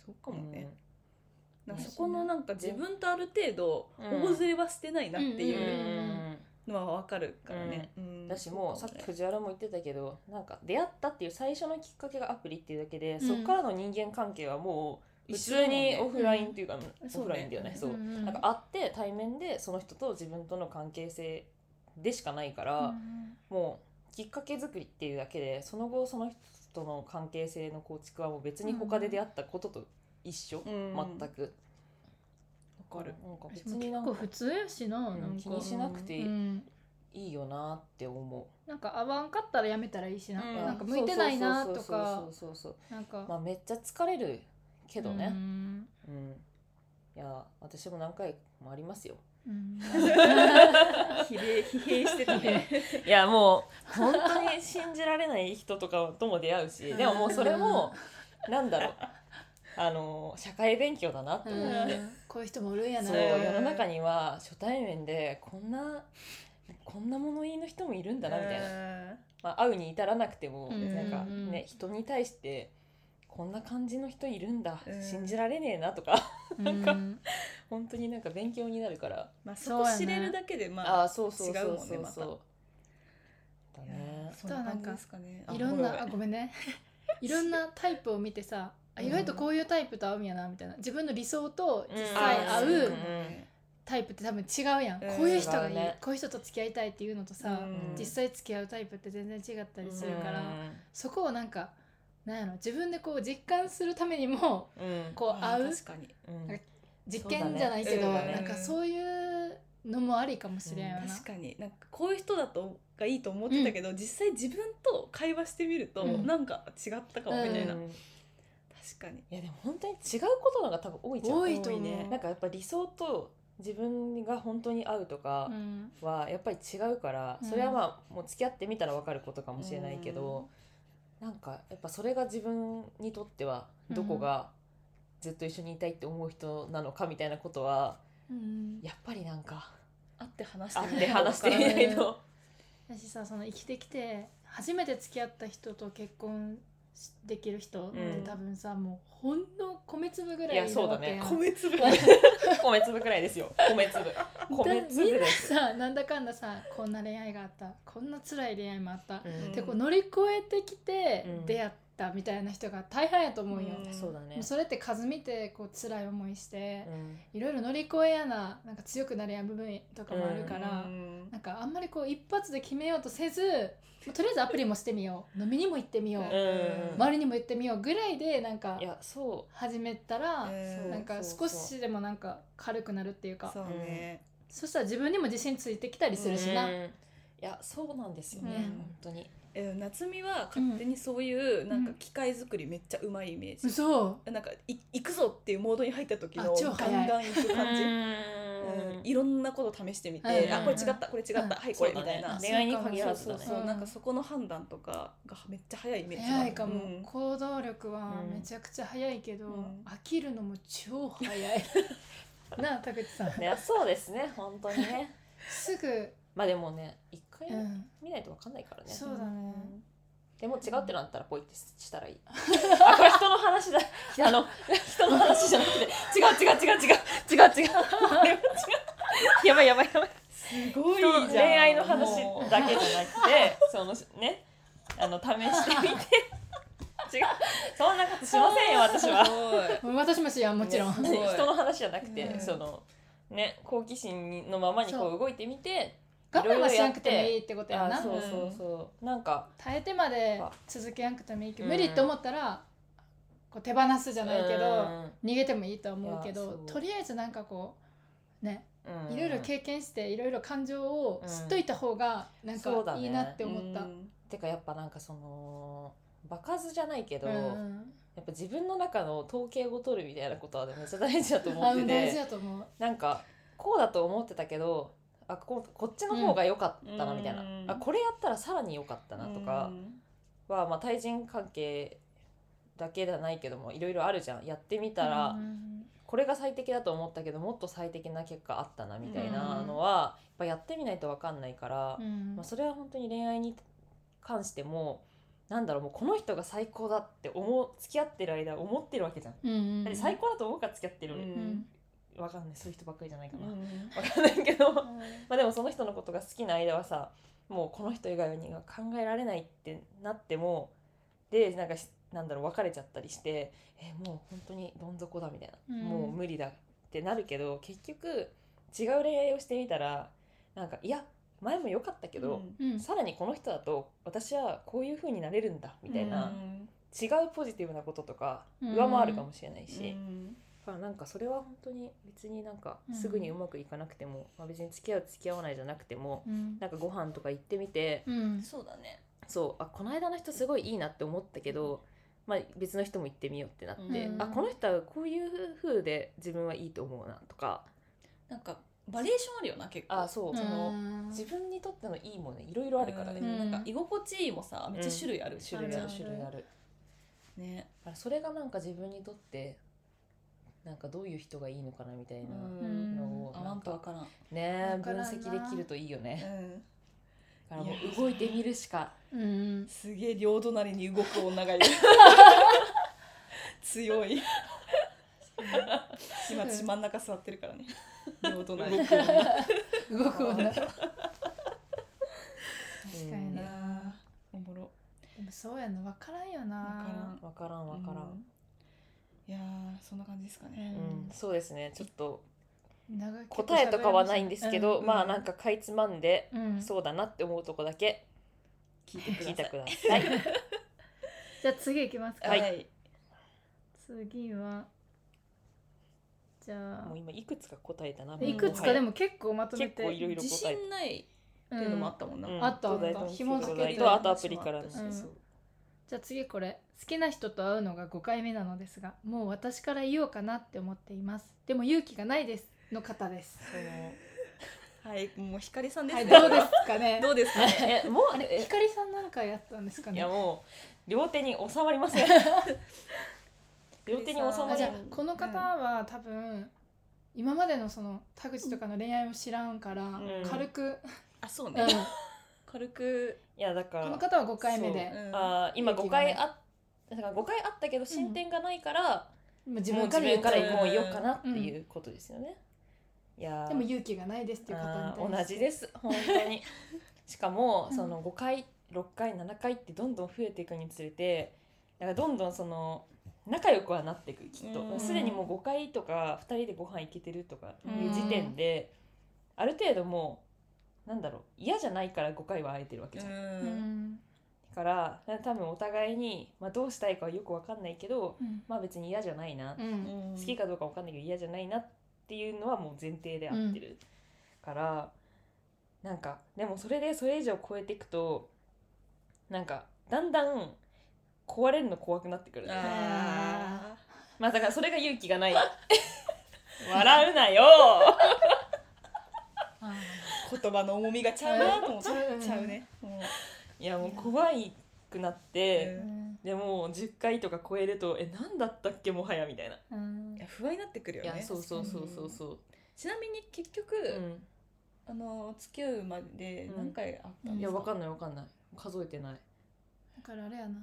B: そうかもね、なんか
A: ね
B: そこのなんか自分とある程度
A: うん
B: 大ずれはしてないなって
A: う
B: いうんのはわかるからね、うん
A: だしもうさっき藤原も言ってたけどなんか出会ったっていう最初のきっかけがアプリっていうだけで、
C: ん
A: そこからの人間関係はもう普
B: 一緒
A: 通
B: だもんね
A: にオフラインっていうか、
B: そうね
A: オフラインだよねそう、
C: うんうん
A: なんか会って対面でその人と自分との関係性でしかないから、
C: うん
A: もうきっかけ作りっていうだけでその後その人との関係性の構築はもう別に他で出会ったことと一緒、
B: うん
A: 全く。
B: わかる
A: なんか
C: 私
A: 別
C: も
A: に
C: 結
A: なんか
C: 構普通やしなな
A: うん
C: ん
A: 気
C: か
A: にしなくて
C: うん
A: いいよなって思
C: なんか合わんかったらやめたらいいしな,、
A: う、
B: うん
C: なんか向いてないなとか
A: そうそうそうそうそう
C: なんか、
A: まあめっちゃ疲れるけど
C: う
A: ね、
C: ん
A: うんいや私も何回もありますよ
C: うん
B: 疲弊疲弊してたね
A: いやもう本当に信じられない人とかとも出会うしでももうそれ
C: [LAUGHS]
A: もなんだろうあの社会勉強だなって
C: う
A: 思う、 [LAUGHS]
C: んこういう人もおるんやな
A: そう世の中には初対面でこんなこんな物言いの人もい [LAUGHS] るんだなみたいな、まあ、会うに至らなくても、
C: うん
A: なんか
C: うん
A: ね人に対してこんな感じの人いるんだ、
B: うん
A: 信じられねえなとか [LAUGHS]
C: うん
A: なん本当になんか勉強になるから
B: まあそ
C: そう
B: こ
C: やね
B: 知れるだけでま
A: あ
B: あ
A: あそうそうそうそう
B: 違うもんねまた
A: そうだ
B: いや
A: ね
B: そんな感じですかね
C: いろん
B: あ
C: なあ
B: ごめ
C: ごめんね [LAUGHS] いろんなタイプを見てさあ
A: うん
C: 意外とこういうタイプと合うんやなみたいな自分の理想と実
B: ん
C: 際
A: あ
C: 合
A: ー
B: そか
C: う
B: もね
C: タイプって多分違うやん、
B: うん
C: こういう人が
A: 違
C: いうい、
A: ね
C: こういう人と付き合いたいっていうのとさ、
B: うん
C: 実際付き合うタイプって全然違ったりするから、そこをなんかなんやろ自分でこう実感するためにも
A: うん、うん
C: こう合う
B: 確かに
A: うん
C: なんか実験じゃないけ
B: そ
C: ど、
B: うだね
C: なんかそういうのもありかもしれんよな、
B: 確かになんかこういう人だとがいいと思ってたけど、実際自分と会話してみると、
C: うん
B: なんか違ったかもみたいな、
A: うんい
B: 確かに
A: やでも本当に違うことの方が多分多いじゃん
C: 多いと思う
B: 多いね
A: なんかやっぱ理想と自分が本当に合うとか
C: うん
A: はやっぱり違うから、
C: うん
A: それはまあもう付き合ってみたら分かることかもしれないけど、なんかやっぱそれが自分にとってはどこがずっと一緒にいたいって思う人なのかみたいなことは
C: うん、
A: やっぱりなんか
B: 会って話し
A: 会
B: てみ
A: っ
B: な
A: て
B: いと
A: 話してみないと。
C: だしさその生きてきて初めて付き合った人と結婚しできる人って
A: うん
C: 多分さ、もうほんの米粒ぐらい
A: いや
C: いる
A: そうだ
C: わ
A: ね
C: けやん
B: 米
C: [LAUGHS]
B: 粒
C: だ
A: 米粒くらいですよ米粒米粒
C: みん
A: で
C: な
A: す、
C: さなんだかんださこんな恋愛があったこんな辛い恋愛もあった、
A: うん
C: でこう乗り越えてきて
A: うん
C: 出会ったみたいな人が大半やと思うよ、
B: うん
A: そうだね
C: もうそれって数見てこう辛い思いして
A: う、ん
C: いろいろ乗り越えやななんか強くなれや部分とかもあるから、
B: うん
C: なんかあんまりこう一発で決めようとせずもうとりあえずアプリもしてみよう飲みにも行ってみよう、
A: うん
C: 周りにも言ってみようぐらいでなんか
A: いやそ
C: 始めたら、
B: うん
C: なんか
A: そうそう
C: 少
A: そう
C: しでもなんか軽くなるっていうかそ
B: そうね、
C: したら自分にも自信ついてきたり
A: う
C: するしな、
A: うんいやそうなんですよね、
C: うん
A: 本当に
B: え夏美は勝手にそういうなんか機械作りめっちゃうまいイメージ、
C: 嘘
B: なんかい行くぞっていうモードに入った時の
C: あ超
B: ガ
C: 早い
B: ンガン行く感じ、
A: うん
B: うんいろんなこと試してみて、
C: うん
B: あこれ違ったこれ違った、
C: うん
B: はいこ
A: そ
B: れ
A: う
B: み
A: だ
B: たい
A: ね
B: な、
A: 恋愛に限らず
B: そ
A: だ
B: う
A: ね
B: そう、
C: うん
B: なんかそこの判断とかがめっちゃ早いイメージがある
C: 早いかも、
B: うん
C: 行動力は
A: うん
C: めちゃくちゃ早いけど、
B: うん
C: 飽きるのも超早いなあ田口さん、
A: ねそうですね本当にね
C: すぐ、
A: まあでもね一回
C: うん、
A: 見ないと分かんないからね、
C: そうだね
A: でも違うってなったらポイってした [LAUGHS] らいいあこれ人の話だあの人の話じゃなくて違う違う違う違う違う違うこれは違う [LAUGHS] やばいやばいやばい
B: すごいじ
A: 人
B: ゃ
A: の
B: ん
A: 恋愛の話
B: もう
A: だけじゃなくてそのねあの試してみて違うそんなことしませんよ私は
B: すごい
C: もう私もしやんもちろん、
B: ねすごい
A: 人の話じゃなくて、
B: うん
A: そのね好奇心のままにこう動いてみて
C: 我慢はしなくてもいいってことや
A: あ
C: な
A: そうそうそうなんか
C: 耐えてまで続けなくてもいいけど無理と思ったらこう手放すじゃないけど逃げてもいいとは思うけ
A: いや
C: ど
A: そう
C: とりあえずなんかこうね
A: うんうん
C: いろいろ経験していろいろ感情を知っといた方がなん
A: そうだ
C: か
A: ね
C: いいなって思った。
A: てかやっぱなんかその場数じゃないけど、
C: うん
A: やっぱ自分の中の統計を取るみたいなことはめっちゃ大事だと思
C: あ
A: って
C: うん大事
A: て
C: だと思う。
A: なんかこうだと思ってたけどあここっちの方が良かったなみたいな、
B: うん
A: あこれやったらさらに良かったなとかは、まあ、対人関係だけじゃないけどもいろいろあるじゃんやってみたら、
C: うん
A: これが最適だと思ったけどもっと最適な結果あったなみたいな
C: うん
A: のは、やっぱやってみないと分かんないから、
C: うん
A: まあ、それは本当に恋愛に関してもなんだろうもうこの人が最高だって思う付き合ってる間思ってるわけじゃん。
C: うんうん
A: だって最高だと思うから付き合ってるのに、
B: う
C: うんん
A: 分かんないそういう人ばっかりじゃないか
B: う
A: な、
B: ん
A: 分かんないけど
C: う
A: ま
C: ん
A: あでもその人のことが好きな間はさもうこの人以外には考えられないってなってもでなんかしなんだろう別れちゃったりしてえもう本当にどん底だみたいな、
C: うん
A: もう無理だってなるけど結局違う恋愛をしてみたらなんかいや前も良かったけど、
C: うん
A: さらにこの人だと私はこういう風になれるんだみたいな、
B: うん
A: 違うポジティブなこととか
C: うん
A: 上回るかもしれないし、
B: うん
A: まあなんかそれは本当に別になんか
C: うん
A: すぐにうまくいかなくても、まあ、別に付き合う付き合わないじゃなくても
C: うん
A: なんかご飯とか行ってみて
C: うん
B: そうだね
A: そうあこの間の人すごいいいなって思ったけど、まあ、別の人も行ってみようってなって、
C: うん
A: あこの人はこういう風で自分はいいと思うなとか
B: なんかバリエーションあるよな結構
A: あそうその、
C: うん
A: 自分にとってのいいもねいろいろあるからね、
B: うんなんか
C: うん
B: 居心地いいもさめっちゃ種類ある
A: 種類ある
C: ある
A: 種類ある。
B: ね
A: だからそれがなんか自分にとってなんかどういう人がいいのかなみたいな
B: うん
A: のを
B: 合
A: な
B: わ
A: ん
B: んとわ
A: か
B: からん
A: ねえ
C: わ
A: 分
C: からんな
A: 析できるといいよねだから
B: うん
A: も
B: いや
A: う動いてみるしか
C: うん
B: すげえ両隣に動く女がいる強 [LAUGHS] い今私真ん中座ってる [LAUGHS] からね両隣
A: 動くよね
C: 動く女
A: あー
C: 確かにな、
B: なおもろ
C: でもそうやの分からんよな
B: わからん
A: 分からん分からん、
B: いやーそんな感じですかね
A: うんそうですねちょっと
C: 長く
A: 答えとかはないんですけど、
B: うん
A: まあなんかかいつまんで、
C: うんうん
A: そうだなって思うとこだけ
B: 聞いてく
A: 聞いて
B: だ
A: ください [LAUGHS]
C: じゃあ次いきますか、
B: さい
A: は
B: はい
C: 次はじゃ
A: もう
C: あ
A: 今いくつか答えたなもう
C: いくつかでも結構まとめて
A: 結構いろいろ
B: 自
A: 答え
B: 信ない
C: うん
B: っていうのもあったもんな、
A: た、うん
C: あったあった
A: 東大と
C: 紐付け
A: 東
C: て
A: 大とあとアプリからの
C: うんじゃあ次これ好きな人と会うのが5回目なのですがもう私から言おうかなって思っていますでも勇気がないですの方です
A: その
B: はいもう光さんです
C: は
A: [LAUGHS]
C: い
B: ね、
C: どうですかね
B: どうですかね
A: えもう
C: あれ
A: え
C: ひかりさんなんかやったんですか
A: い
C: ね
A: やもう両手に収まりま
C: [LAUGHS]
A: せん。両手に収ま
C: あ
A: り
C: じゃあこの方は多分今までのその田口とかの恋愛も知らんから、
A: ん
C: 軽く、
B: あそう
C: う
B: ね
C: ん、こ
B: 軽く
A: いやだから
C: の方は5回目で
B: う、ん
A: あー今5
C: 勇気がない
A: 回あだから5回あったけど進展がないから、
C: もう自
A: もう
C: 分か
A: 自分
C: ら言う
A: か
C: からら
B: 言う
A: もう言おうかなっていうことですよね。いやー
C: でも勇気がないですっていう
A: あ
C: 方
A: ー
C: に
A: 同
C: 対して
A: じです本当
C: [LAUGHS]
A: に。しかも
C: うん
A: その5回6回7回ってどんどん増えていくにつれてだからどんどんその仲良くはなっていくきっ
B: う
A: と
B: ん
A: すでにもう5回とか2人でご飯行けてるとかいう時点で、ある程度もうなんだろう嫌じゃないから5回は会えてるわけじゃん。だ
C: うんうん
A: から多分お互いに、まあ、どうしたいかはよくわかんないけど
C: うん
A: まあ別に嫌じゃないな、
C: うん
B: うん
A: 好きかどうかわかんないけど嫌じゃないなっていうのはもう前提で合ってるから、なんかでもそれでそれ以上超えていくとなんかだんだん壊れるの怖くなってくる、ね、
B: あ
A: まあだからそれが勇気がない [LAUGHS] 笑うなよ
C: あ
B: ー言葉の重みがちゃうなと思って
C: うん
B: ちゃうねも
A: いやもう怖いくなって
B: う
C: ー、
B: ん
A: でもう10回とか超えるとえ何だったっけもはやみたいな、
C: うん
B: ういや不安になってくるよ
A: い
B: ね
A: やそうそうそうそう
B: う
A: そ
B: ちなみに結局、
A: う、うん
B: あの付き合うまで何回あったんですか、
C: うん
A: いやわか
B: ん
A: んないわかんない数えてない
C: だからあれやな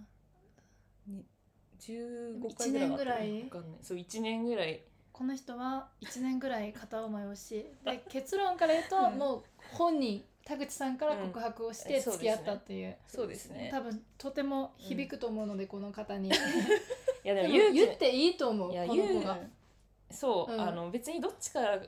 B: 15回ぐらい
A: わ
C: 一年ぐらい
A: かんないそう1年ぐらい
C: この人は1年ぐらい片思いをしで結論から言うと、
B: うん
C: もう本人田口さんから告白をし
A: うんえ
C: て
A: そう
C: 付
A: です
C: き
A: ね
C: 合ったっていう,、
B: そうですね
C: 多分とても響くと思うので、この方に
A: いやで
C: で
A: も
C: も
A: 勇気
C: 言っていいと思う
A: いや
C: この
A: 言
C: 子
A: う
C: が、
A: そう、
C: うん
A: あの別にどっちから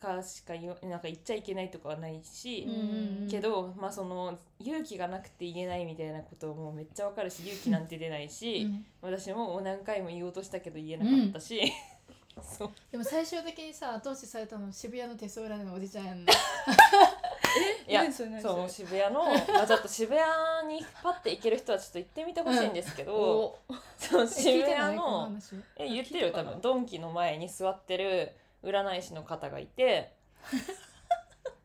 A: かしか言わなんか言っちゃいけないとかはないし、
C: うん
A: けどまあその勇気がなくて言えないみたいなこともめっちゃわかるし勇気なんて出ないし、
C: うん
A: 私も何回も言おうとしたけど言えなかったし、 [LAUGHS] そう
C: でも最終的にさ後押しされたの渋谷の手相占いのおじちゃんやんな
A: いや
B: 何それ何それ
A: そう渋谷の、まあ、ちょっと渋谷にパッて行ける人はちょっと行ってみてほしいんです
C: [LAUGHS]
A: けど、
B: お
A: そう渋
C: え聞い
A: 谷
C: てないこの
A: の
C: 話
A: え言ってるよ多
C: [LAUGHS]
A: 分ドンキの前に座ってる占い師の方がいて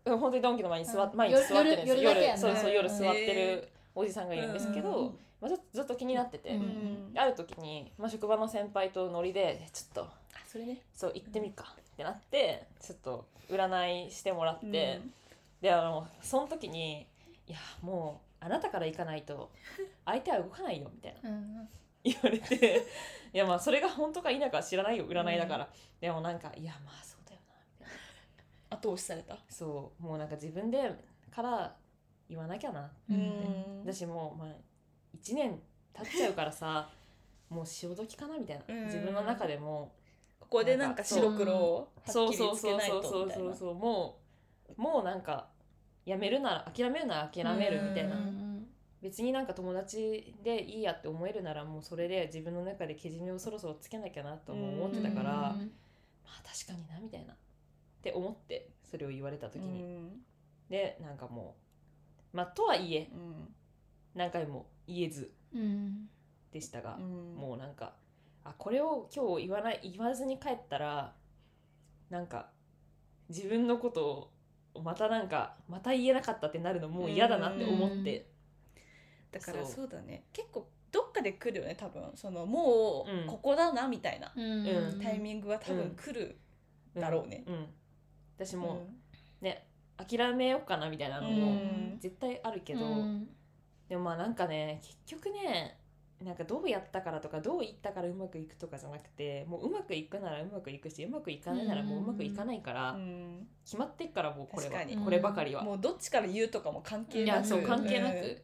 A: うん本当にドンキの前に座っ、
C: うん
A: 前に座ってるんですよ夜
C: 夜夜だけやんね
A: そうそう夜
B: うん
A: 座ってるおじさんがいるんですけど、
B: うん
A: まあ、ずずっと気になってて、
C: うん
A: ある時に、まあ、職場の先輩とノリでちょっと
B: あそれね
A: そう行ってみるかってなってちょっと占いしてもらって、
B: うん
A: であのその時に「いやもうあなたから行かないと相手は動かないよ」みたいな
C: うん
A: [LAUGHS] 言われていやまあそれが本当か否かは知らないよ占いだから、でもなんか「いやまあそうだよな」みたいな
B: 後押しされた
A: そうもうなんか自分でから言わなきゃな
C: うん
A: だしもう、まあ、1年経っちゃうから
B: [LAUGHS]
A: さもう潮時かなみたいな、
B: うん
A: 自分の中でも
B: ここでなんか白黒をは
A: そ
B: っ
A: う
B: き
A: そ
B: り
A: う
B: つ
A: そ
B: け
A: う
B: ない
A: そう
B: と
A: そう
B: みたい
A: そう
B: な
A: そうもうもうなんかやめるなら諦めるなら諦めるみたいな、
B: うん
A: 別になんか友達でいいやって思えるならもうそれで自分の中でけじめをそろそろつけなきゃなとも思ってたから、まあ確かになみたいなって思ってそれを言われた時に、
B: うん
A: でなんかもうまあとはいえ
B: うん
A: 何回も言えず
C: うん
A: でしたが、
B: うん
A: もうなんかあこれを今日言わない言わずに帰ったらなんか自分のことをまたなんかまた言えなかったってなるのもう嫌だなって思って、
B: だから
A: そう
B: そうだね結構どっかで来るよね多分そのも
A: うん
B: うここだなみたいな
C: うん
A: うん
B: タイミングは多
A: うん
B: 分来る
A: ん
B: だろうね
A: うん私
B: もう
A: もね、諦めようかなみたいなの
B: う
A: も
B: ん
A: 絶対あるけど、
C: うん
A: でもまあなんかね結局ねなんかどうやったからとかどういったからうまくいくとかじゃなくてもううまくいくならうまくいくしうまくいかないならもううまくいかないから、
B: うん
A: 決まってっからもうこれは
B: 確かに
A: こればかりは。
B: もうどっちから言うとかも関係
A: い
B: な
A: や
B: く
A: そう関係な
B: うん
A: く、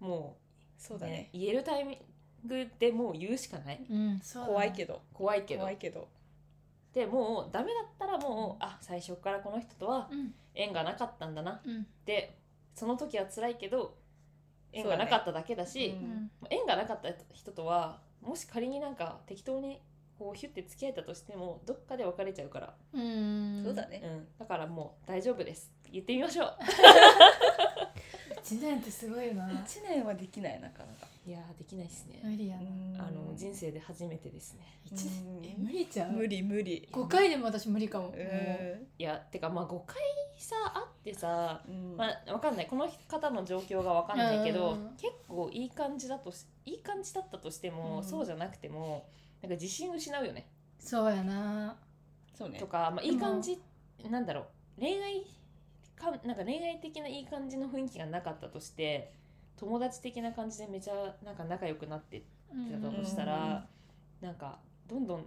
A: もう
B: そうだ
A: ね
B: ね
A: 言えるタイミングでもう言うしかない
C: うんそうだね
B: 怖いけど
A: 怖いけど
B: 怖いけど
A: でもうダメだったらもうあ最初からこの人とは
C: うん
A: 縁がなかったんだなっ
C: うん
A: てその時は辛いけど縁がなかっただけだし
B: そうだね
C: うん
A: 縁がなかった人とはもし仮になんか適当にこうヒュッて付き合えたとしてもどっかで別れちゃうから、
C: うん
B: そうだ
A: う
B: ね
A: ん、だからもう大丈夫です言ってみましょう
C: 一年ってすごいよな
B: 1年はできないなかなか
A: いやーできないですね、
C: 無理やな
A: あの人
B: 生
A: 生で初めてですね
C: 一年
B: うん
C: え無理ちゃう
B: 無理無理
C: 5回でも私無理かも
B: うん
C: も
A: いやてかまあ5回さあってさ
B: うん
A: まあわかんないこの方の状況がわかんないけど、
C: うん
A: 結構いい感じだとしいい感じだったとしても、
B: うん
A: そうじゃなくてもなんか自信失うよね
C: うそうやな
B: そうね
A: とか、まあ、いい感じなんだろう恋愛かなんか恋愛的ないい感じの雰囲気がなかったとして友達的な感じでめちゃなんか仲良くなってっ
C: うん
A: てたとしたら、なんかどんどん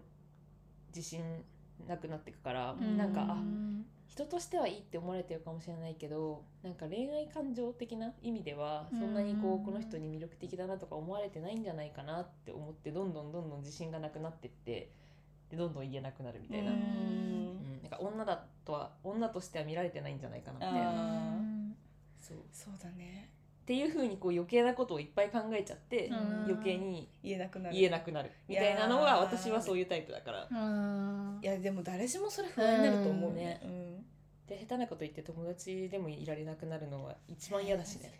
A: 自信なくなっていくから、
B: うん
A: なんか
C: う
A: あ
C: ん
A: 人としてはいいって思われてるかもしれないけどなんか恋愛感情的な意味ではそんなにこ
C: うん
A: うこの人に魅力的だなとか思われてないんじゃないかなって思ってどんどんどんどん自信がなくなってってでどんどん言えなくなるみたいな,、
B: う
A: うん
B: ん
A: なんか女だとは女としては見られてないんじゃないかなみたいな
B: あー
A: そうっ
B: そうだね
A: ていうふうにこう余計なことをいっぱい考えちゃって、
C: うん
A: 余計に
B: 言えなくなる
A: 言え
B: い
A: なくなるみたいなの
B: いや
A: が
B: ー
A: 私はそういうタイプだから。
C: うん
B: やでも誰しもそれ不安になると思うねうん
A: で下手なこと言って友達でもいられなくなるのは一番嫌だしね。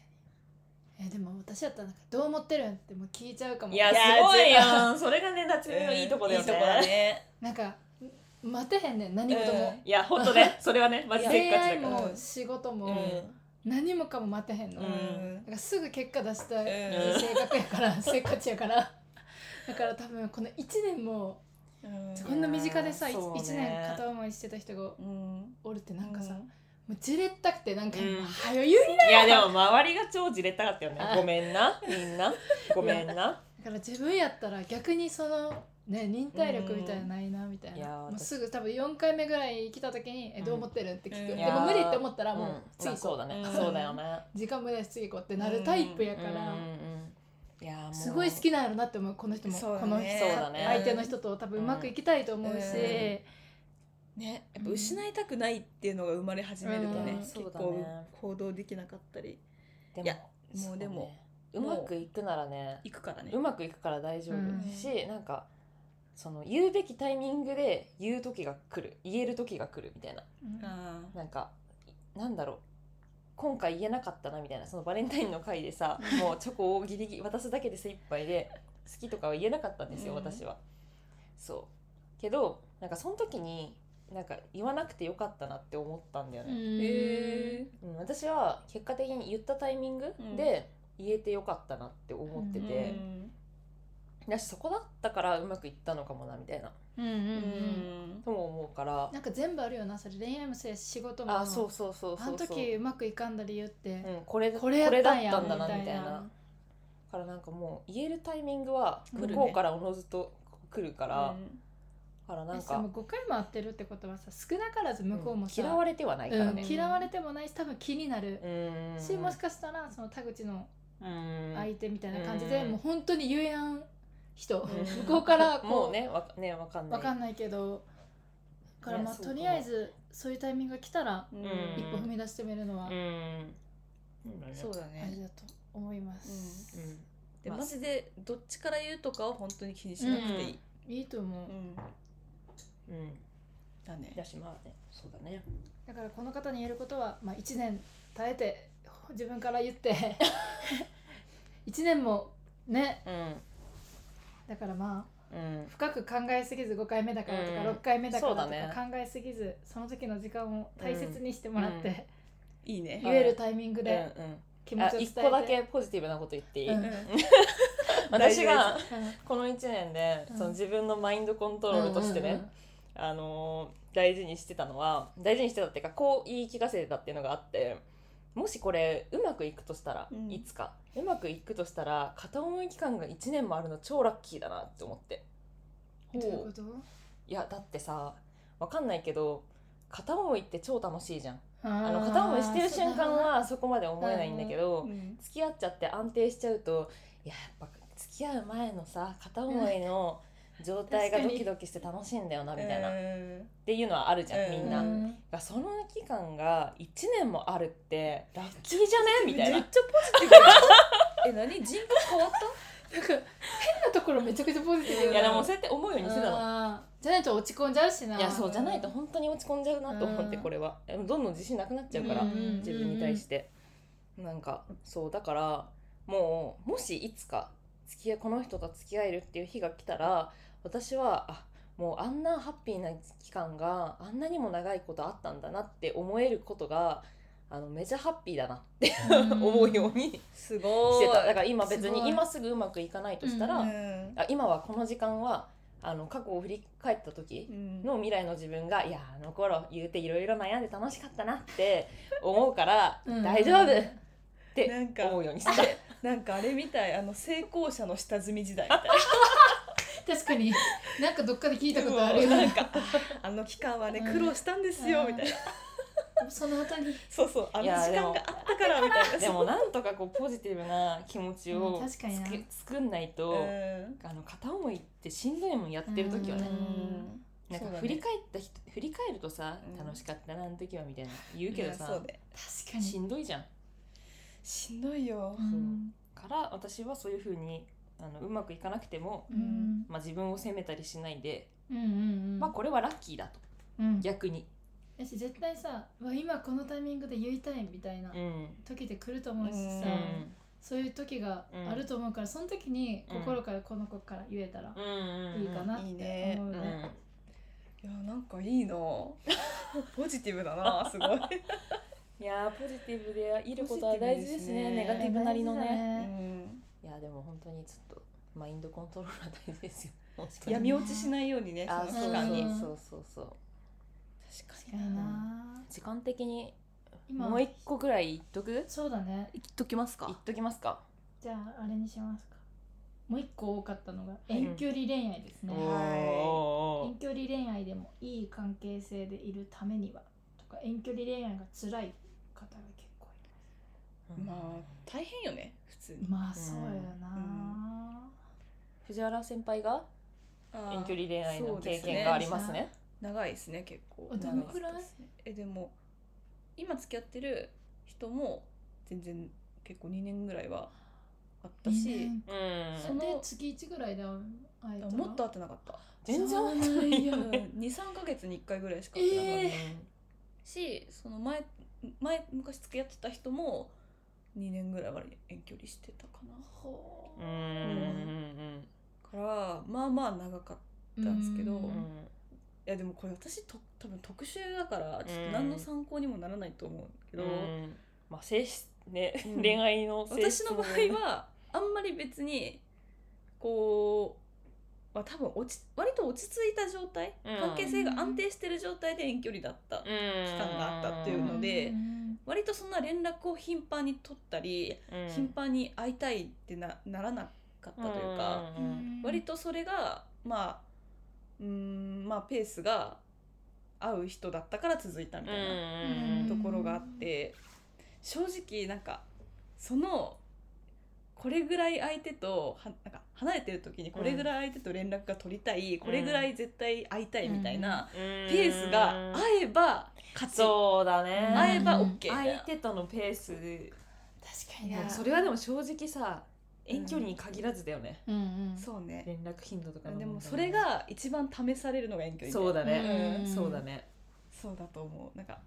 C: えでも私だったらなんかどう思ってるんってもう聞いちゃうかも
A: いや、
B: い
A: す
B: や
A: ごい
B: 絶
A: やん。それがね、夏美のいいとこだよ
B: いいとこだ
A: ね。
B: ね [LAUGHS]
C: なんか待てへんねん何事も、
A: いや、ほんとね、それはね、マジせっ
C: 恋
A: か
C: 愛
A: ちだから。
C: も仕事も、
A: うん
C: 何もかも待てへんの、
A: うん
C: だからすぐ結果出したい
A: うん
C: 性格やから、 [LAUGHS] せっかちやからだから多分この1年も
B: うん
A: そ
C: こんな身近でさ、
A: い
C: 一
A: やーそうね
C: 1年片思いしてた人が
B: うん
C: おるってなんかさ、
B: う
C: もうじれったくてなんか
A: うん
C: 「はよ言う
A: いや、でも周りが超じれったかったよね
C: あ。
A: ごめんな、みんな。ごめんな。
C: だから自分やったら逆にそのね忍耐力みたいなのないなみたい
A: いや
C: な、
A: ー
C: もう
A: 私
C: すぐ多分4回目ぐらい来た時に「えどう思ってる?」って聞く、
B: うん
C: でも無理って思ったらもう
A: 次
C: 次
A: そ
C: 行こ
A: うだね
B: う。ん
A: そうだよね。
C: う時間無駄やし次行こうってなるタイプや
A: だ
C: から、
A: いや、もう
C: すごい好。きなんやろなって思うこの人も、
B: そうだね
C: この人
A: そうだね
C: 相手の人と多分うまくいきたいと思うし、
B: ねやっぱ失いたくないっていうのが生まれ始めるとね
A: うん
B: 結
A: そうだ
B: 構
A: ね
B: 行動できなかったり
A: で
B: いや
A: も
B: もうでも。
A: そうねうまくいくならね、
B: いくからね
A: うまくいくから大丈
C: うん
A: 夫し、なんか、その言うべきタイミングで言う時が来る言える時が来るみたいな
C: うん
B: あー
A: なんかなんだろう今回言えなかったなみたいなそのバレンタインの回で [LAUGHS] さもうチョコをギリギリ渡すだけで精一杯で好きとかは言えなかったんですよ、
B: うん
A: 私はそうけどなんかその時になんか言わなくてよかったなって思ったんだよね、
B: え
A: うん私は結果的に言ったタイミングで言えてよかったなって思って
B: ー
A: て、だしそこだったからうまくいったのかもなみたいな
C: うんう
B: う
C: んうん
B: ん
A: とも思うから
C: なんか全部あるよなそれ恋愛もそうやし仕事も
A: あそうそうそうそうそう
C: あの時うまくいかんだ理由って
A: う、ん、これ
C: こ
A: こ
C: れ
A: れ
C: や
A: だ
C: ったん
A: っ
C: や
A: たんだな
C: みたいな
A: みたいなだからなんかもう言えるタイミングは
B: 来る
A: 向
B: ね
A: こうからおのずと来るから、
B: うん
A: だからなん
C: えでも
A: か、
C: 5回も会ってるってことはさ少なからず向こうもさ、
A: 嫌われてはないから
C: う
A: ね
C: ん、嫌われてもないし多分気になる
A: う、ん
C: しもしかしたらその田口の
A: うん
C: 相手みたいな感じで、
A: うん
C: もう本当に言えやん人、
A: うん
C: 向こうからこう
A: [LAUGHS] もうねわかねわかんない
C: わかんないけどだからまあ、
A: ねそうか
C: と
A: も
C: りあえずそういうタイミングが来たら
B: うん
C: 一歩踏み出してみるのは
A: うん
B: そうだ
C: 大事
B: ね
C: だと思います、
A: うん
B: で
A: まあ
B: マジでどっちから言うとかは本当に気にしなくていい
C: いいと思う、
B: うん
A: うん
B: だね
A: だしまあねそうだね
C: だからこの方に言えることは、まあ、1年耐えて自分から言って
A: [LAUGHS]
C: 1年もね
A: うん
C: だからまあ
A: うん
C: 深く考えすぎず5回目だからとか
A: うん
C: 6回目だからとか
A: そうだね
C: 考えすぎず、その時の時間を大切にしてもらって、
B: いいね
A: うん
C: [LAUGHS] 言えるタイミング
A: うん
C: で気持ち
A: あ
C: を伝え
A: 一
C: て、
A: 個だけポジティブなこと言っていい、
C: うん
A: 私
B: 大
A: が
B: 事
A: この1年で
C: うん
A: その自分のマインドコントロールとしてね、あのー大事にしてたのは大事にしてたっていうかこう言い聞かせてたっていうのがあってもしこれうまくいくとしたら、
B: うん
A: いつかうまくいくとしたら片思い期間が1年もあるの超ラッキーだなって思って
C: うんうんうんどういうこと、
A: いやだってさわかんないけど片思いって超楽しいじゃんあ
C: あ
A: の
C: ー
A: 片思いしてる瞬間
C: そうだな
A: はそこまで思えないんだけど、
B: うん
A: 付き合っちゃって安定しちゃうといややっぱ付き合う前のさ片思いの状態が
C: 確
A: ド
C: かに
A: キドキして楽しいんだよなみたいな、
B: う
A: っ
B: ん
A: ていうのはあるじゃん、
B: うん
A: みん
B: う
A: な。
B: ん
A: がその期間が1年もあるってラッキーじゃねみたい
B: めっ
A: な
B: ちゃポジティブ [LAUGHS] やんえ何人格変わった
C: なんか変なところめちゃくちゃポジティブだない
A: やでもそうやって思うようにしてたの
C: あーじゃないと落ち込んじゃうしないい
A: やそうじゃないと本当に落ち込んじゃうなと思って
C: うん
A: これはでもどんどん自信なくなっちゃうから
B: うん
A: 自分に対してなんかそうだからもうもしいつか付き合いこの人と付き合えるっていう日が来たら私はあもうあんなハッピーな期間があんなにも長いことあったんだなって思えることがあのめちゃハッピーだなって
C: うん
A: 思うように
B: す
A: し
B: ご
A: て
B: い
A: ただから今別
C: すご
A: に
C: い
A: 今すぐうまくいかないとしたら、
C: う
B: うん
A: あ今はこの時間はあの過去を振り返った時
B: うん
A: の未来の自分がいやあの頃言うていろいろ悩んで楽しかったなって思うから
C: うん
A: 大丈夫っ
B: な
A: て
B: んか
A: 思うようにした。
C: [LAUGHS]
B: なんかあれみたいあの成功者の下積み時代みたい
C: 確かになんかどっかで聞いた
B: な
C: ことあるよ
B: な
C: ね
B: んかあの期間はね
C: うん
B: 苦労したんですよ
C: うん
B: みたいな
C: その後に
B: そうそうあの
A: い
B: 時
A: やで
B: 間
A: も
B: があったからみたいな
A: でもなんとかこうポジティブな気持ち
C: う
A: を
C: ん確かにな
A: つく作んない
B: そう
A: と、あの片思いってしんどいもんやってる時はね、
C: うん
A: なん
B: そう
A: か
B: だね
A: 振り返った人、振り返るとさ
B: うん
A: 楽しかったなあの時はみたいな言うけど
B: いやそ
A: さ
B: う、ね
C: 確かに
A: しんどいじゃん。
B: しんどいよ
C: う、ん
A: から私はそういうふうにあのうまくいかなくても、
C: うん
A: まあ、自分を責めたりしないで、
C: うんうん
A: まあこれはラッキーだと
C: うん
A: 逆に、
C: だし絶対さうわ今このタイミングで言いたいみたいな
A: うん
C: 時で来ると思うし
B: うん
C: さそういう時があると思うからその時に
A: うん
C: 心からこの子から言えたら
A: うんうんうん
C: いいかなって思うね
A: うん
B: いやなんかい
A: [LAUGHS]
B: いなポジティブだなすごい、
A: いやーポジティブでいることは大事ですね
B: ポジティブですね
A: ネガティブなりのね
B: う
C: ね
B: ん、
A: いやでも本当にちょっとマインドコントロールは大事です [LAUGHS] よもしかして
B: 闇落ちしないようにね
A: あ
B: そ
A: そう
B: の期
A: だ
B: 間
A: ね
B: に
C: うん
A: そうそうそう
C: 確かにな
A: 時間的に
C: 今
A: もう一個ぐらい言っとく
C: そうだね
B: 言っときます
A: 言っときますか
C: じゃああれにしますかもう一個多かったのが遠距離恋愛ですね、
B: ん
C: 遠距離恋愛でもいい関係性でいるためにはとか遠距離恋愛が辛い方が結構いる
B: まあ大変よね普通に
C: まあそうよな、
A: 藤原先輩が
B: あー
A: 遠距離恋愛
B: そ
A: の
B: うで
A: 経
B: すね
A: 験がありますね
B: 長いですね結構
C: あどのくらい
B: 長ですねえでも今付き合ってる人も全然結構2年ぐらいはあった
C: 二
B: し
C: 年
A: うん
B: その
C: で月一ぐらいで会えたら
B: もっと会ってなかった
A: 全然合わないよ
B: 23か月に1回ぐらいしか会ってなかった、
C: え
B: しその前前昔付き合ってた人も2年ぐらいまで遠距離してたかな
C: ほ
A: うんうんうん
B: からまあまあ長かった
C: うん
B: ですけど
C: う
A: うんん
B: やでもこれ私と多分特集だからちょっ
A: うん
B: と何の参考にもならないと思うけど、
A: うんまあ性質ね、
B: うん
A: [LAUGHS] 恋愛の性
B: 私
A: 質
B: の場合はあんまり別にこう、まあ、多分落ち割と落ち着いた状態、
A: うん
B: 関係性が安定してる状態で遠距離だった、
A: 期
B: 間があったっていうので割とそんな連絡を頻繁に取ったり、頻繁に会いたいってなならなかったというか、割とそれがまあうーんまあペースが合う人だったから続いたみたいなところがあって正直なんかそのこれぐらい相手とはなんか離れてる時にこれぐらい相手と連絡が取りたい、これぐらい絶対会いたいみたいな、ペースが合えば勝ち、
A: そうだね
B: 会えば OK みたい
A: 相
B: な
A: 手とのペース
C: 確かに
B: いや
A: もうそれはでも正直さ遠距離に限らずだよね、
C: うんうん
B: そうね
A: 連絡頻度とかの問
B: で
A: 題
B: もそれが一番試されるのが遠距離
A: そうだ
C: ね
B: うん
C: ん
A: そうだね
B: そうだと思うなんか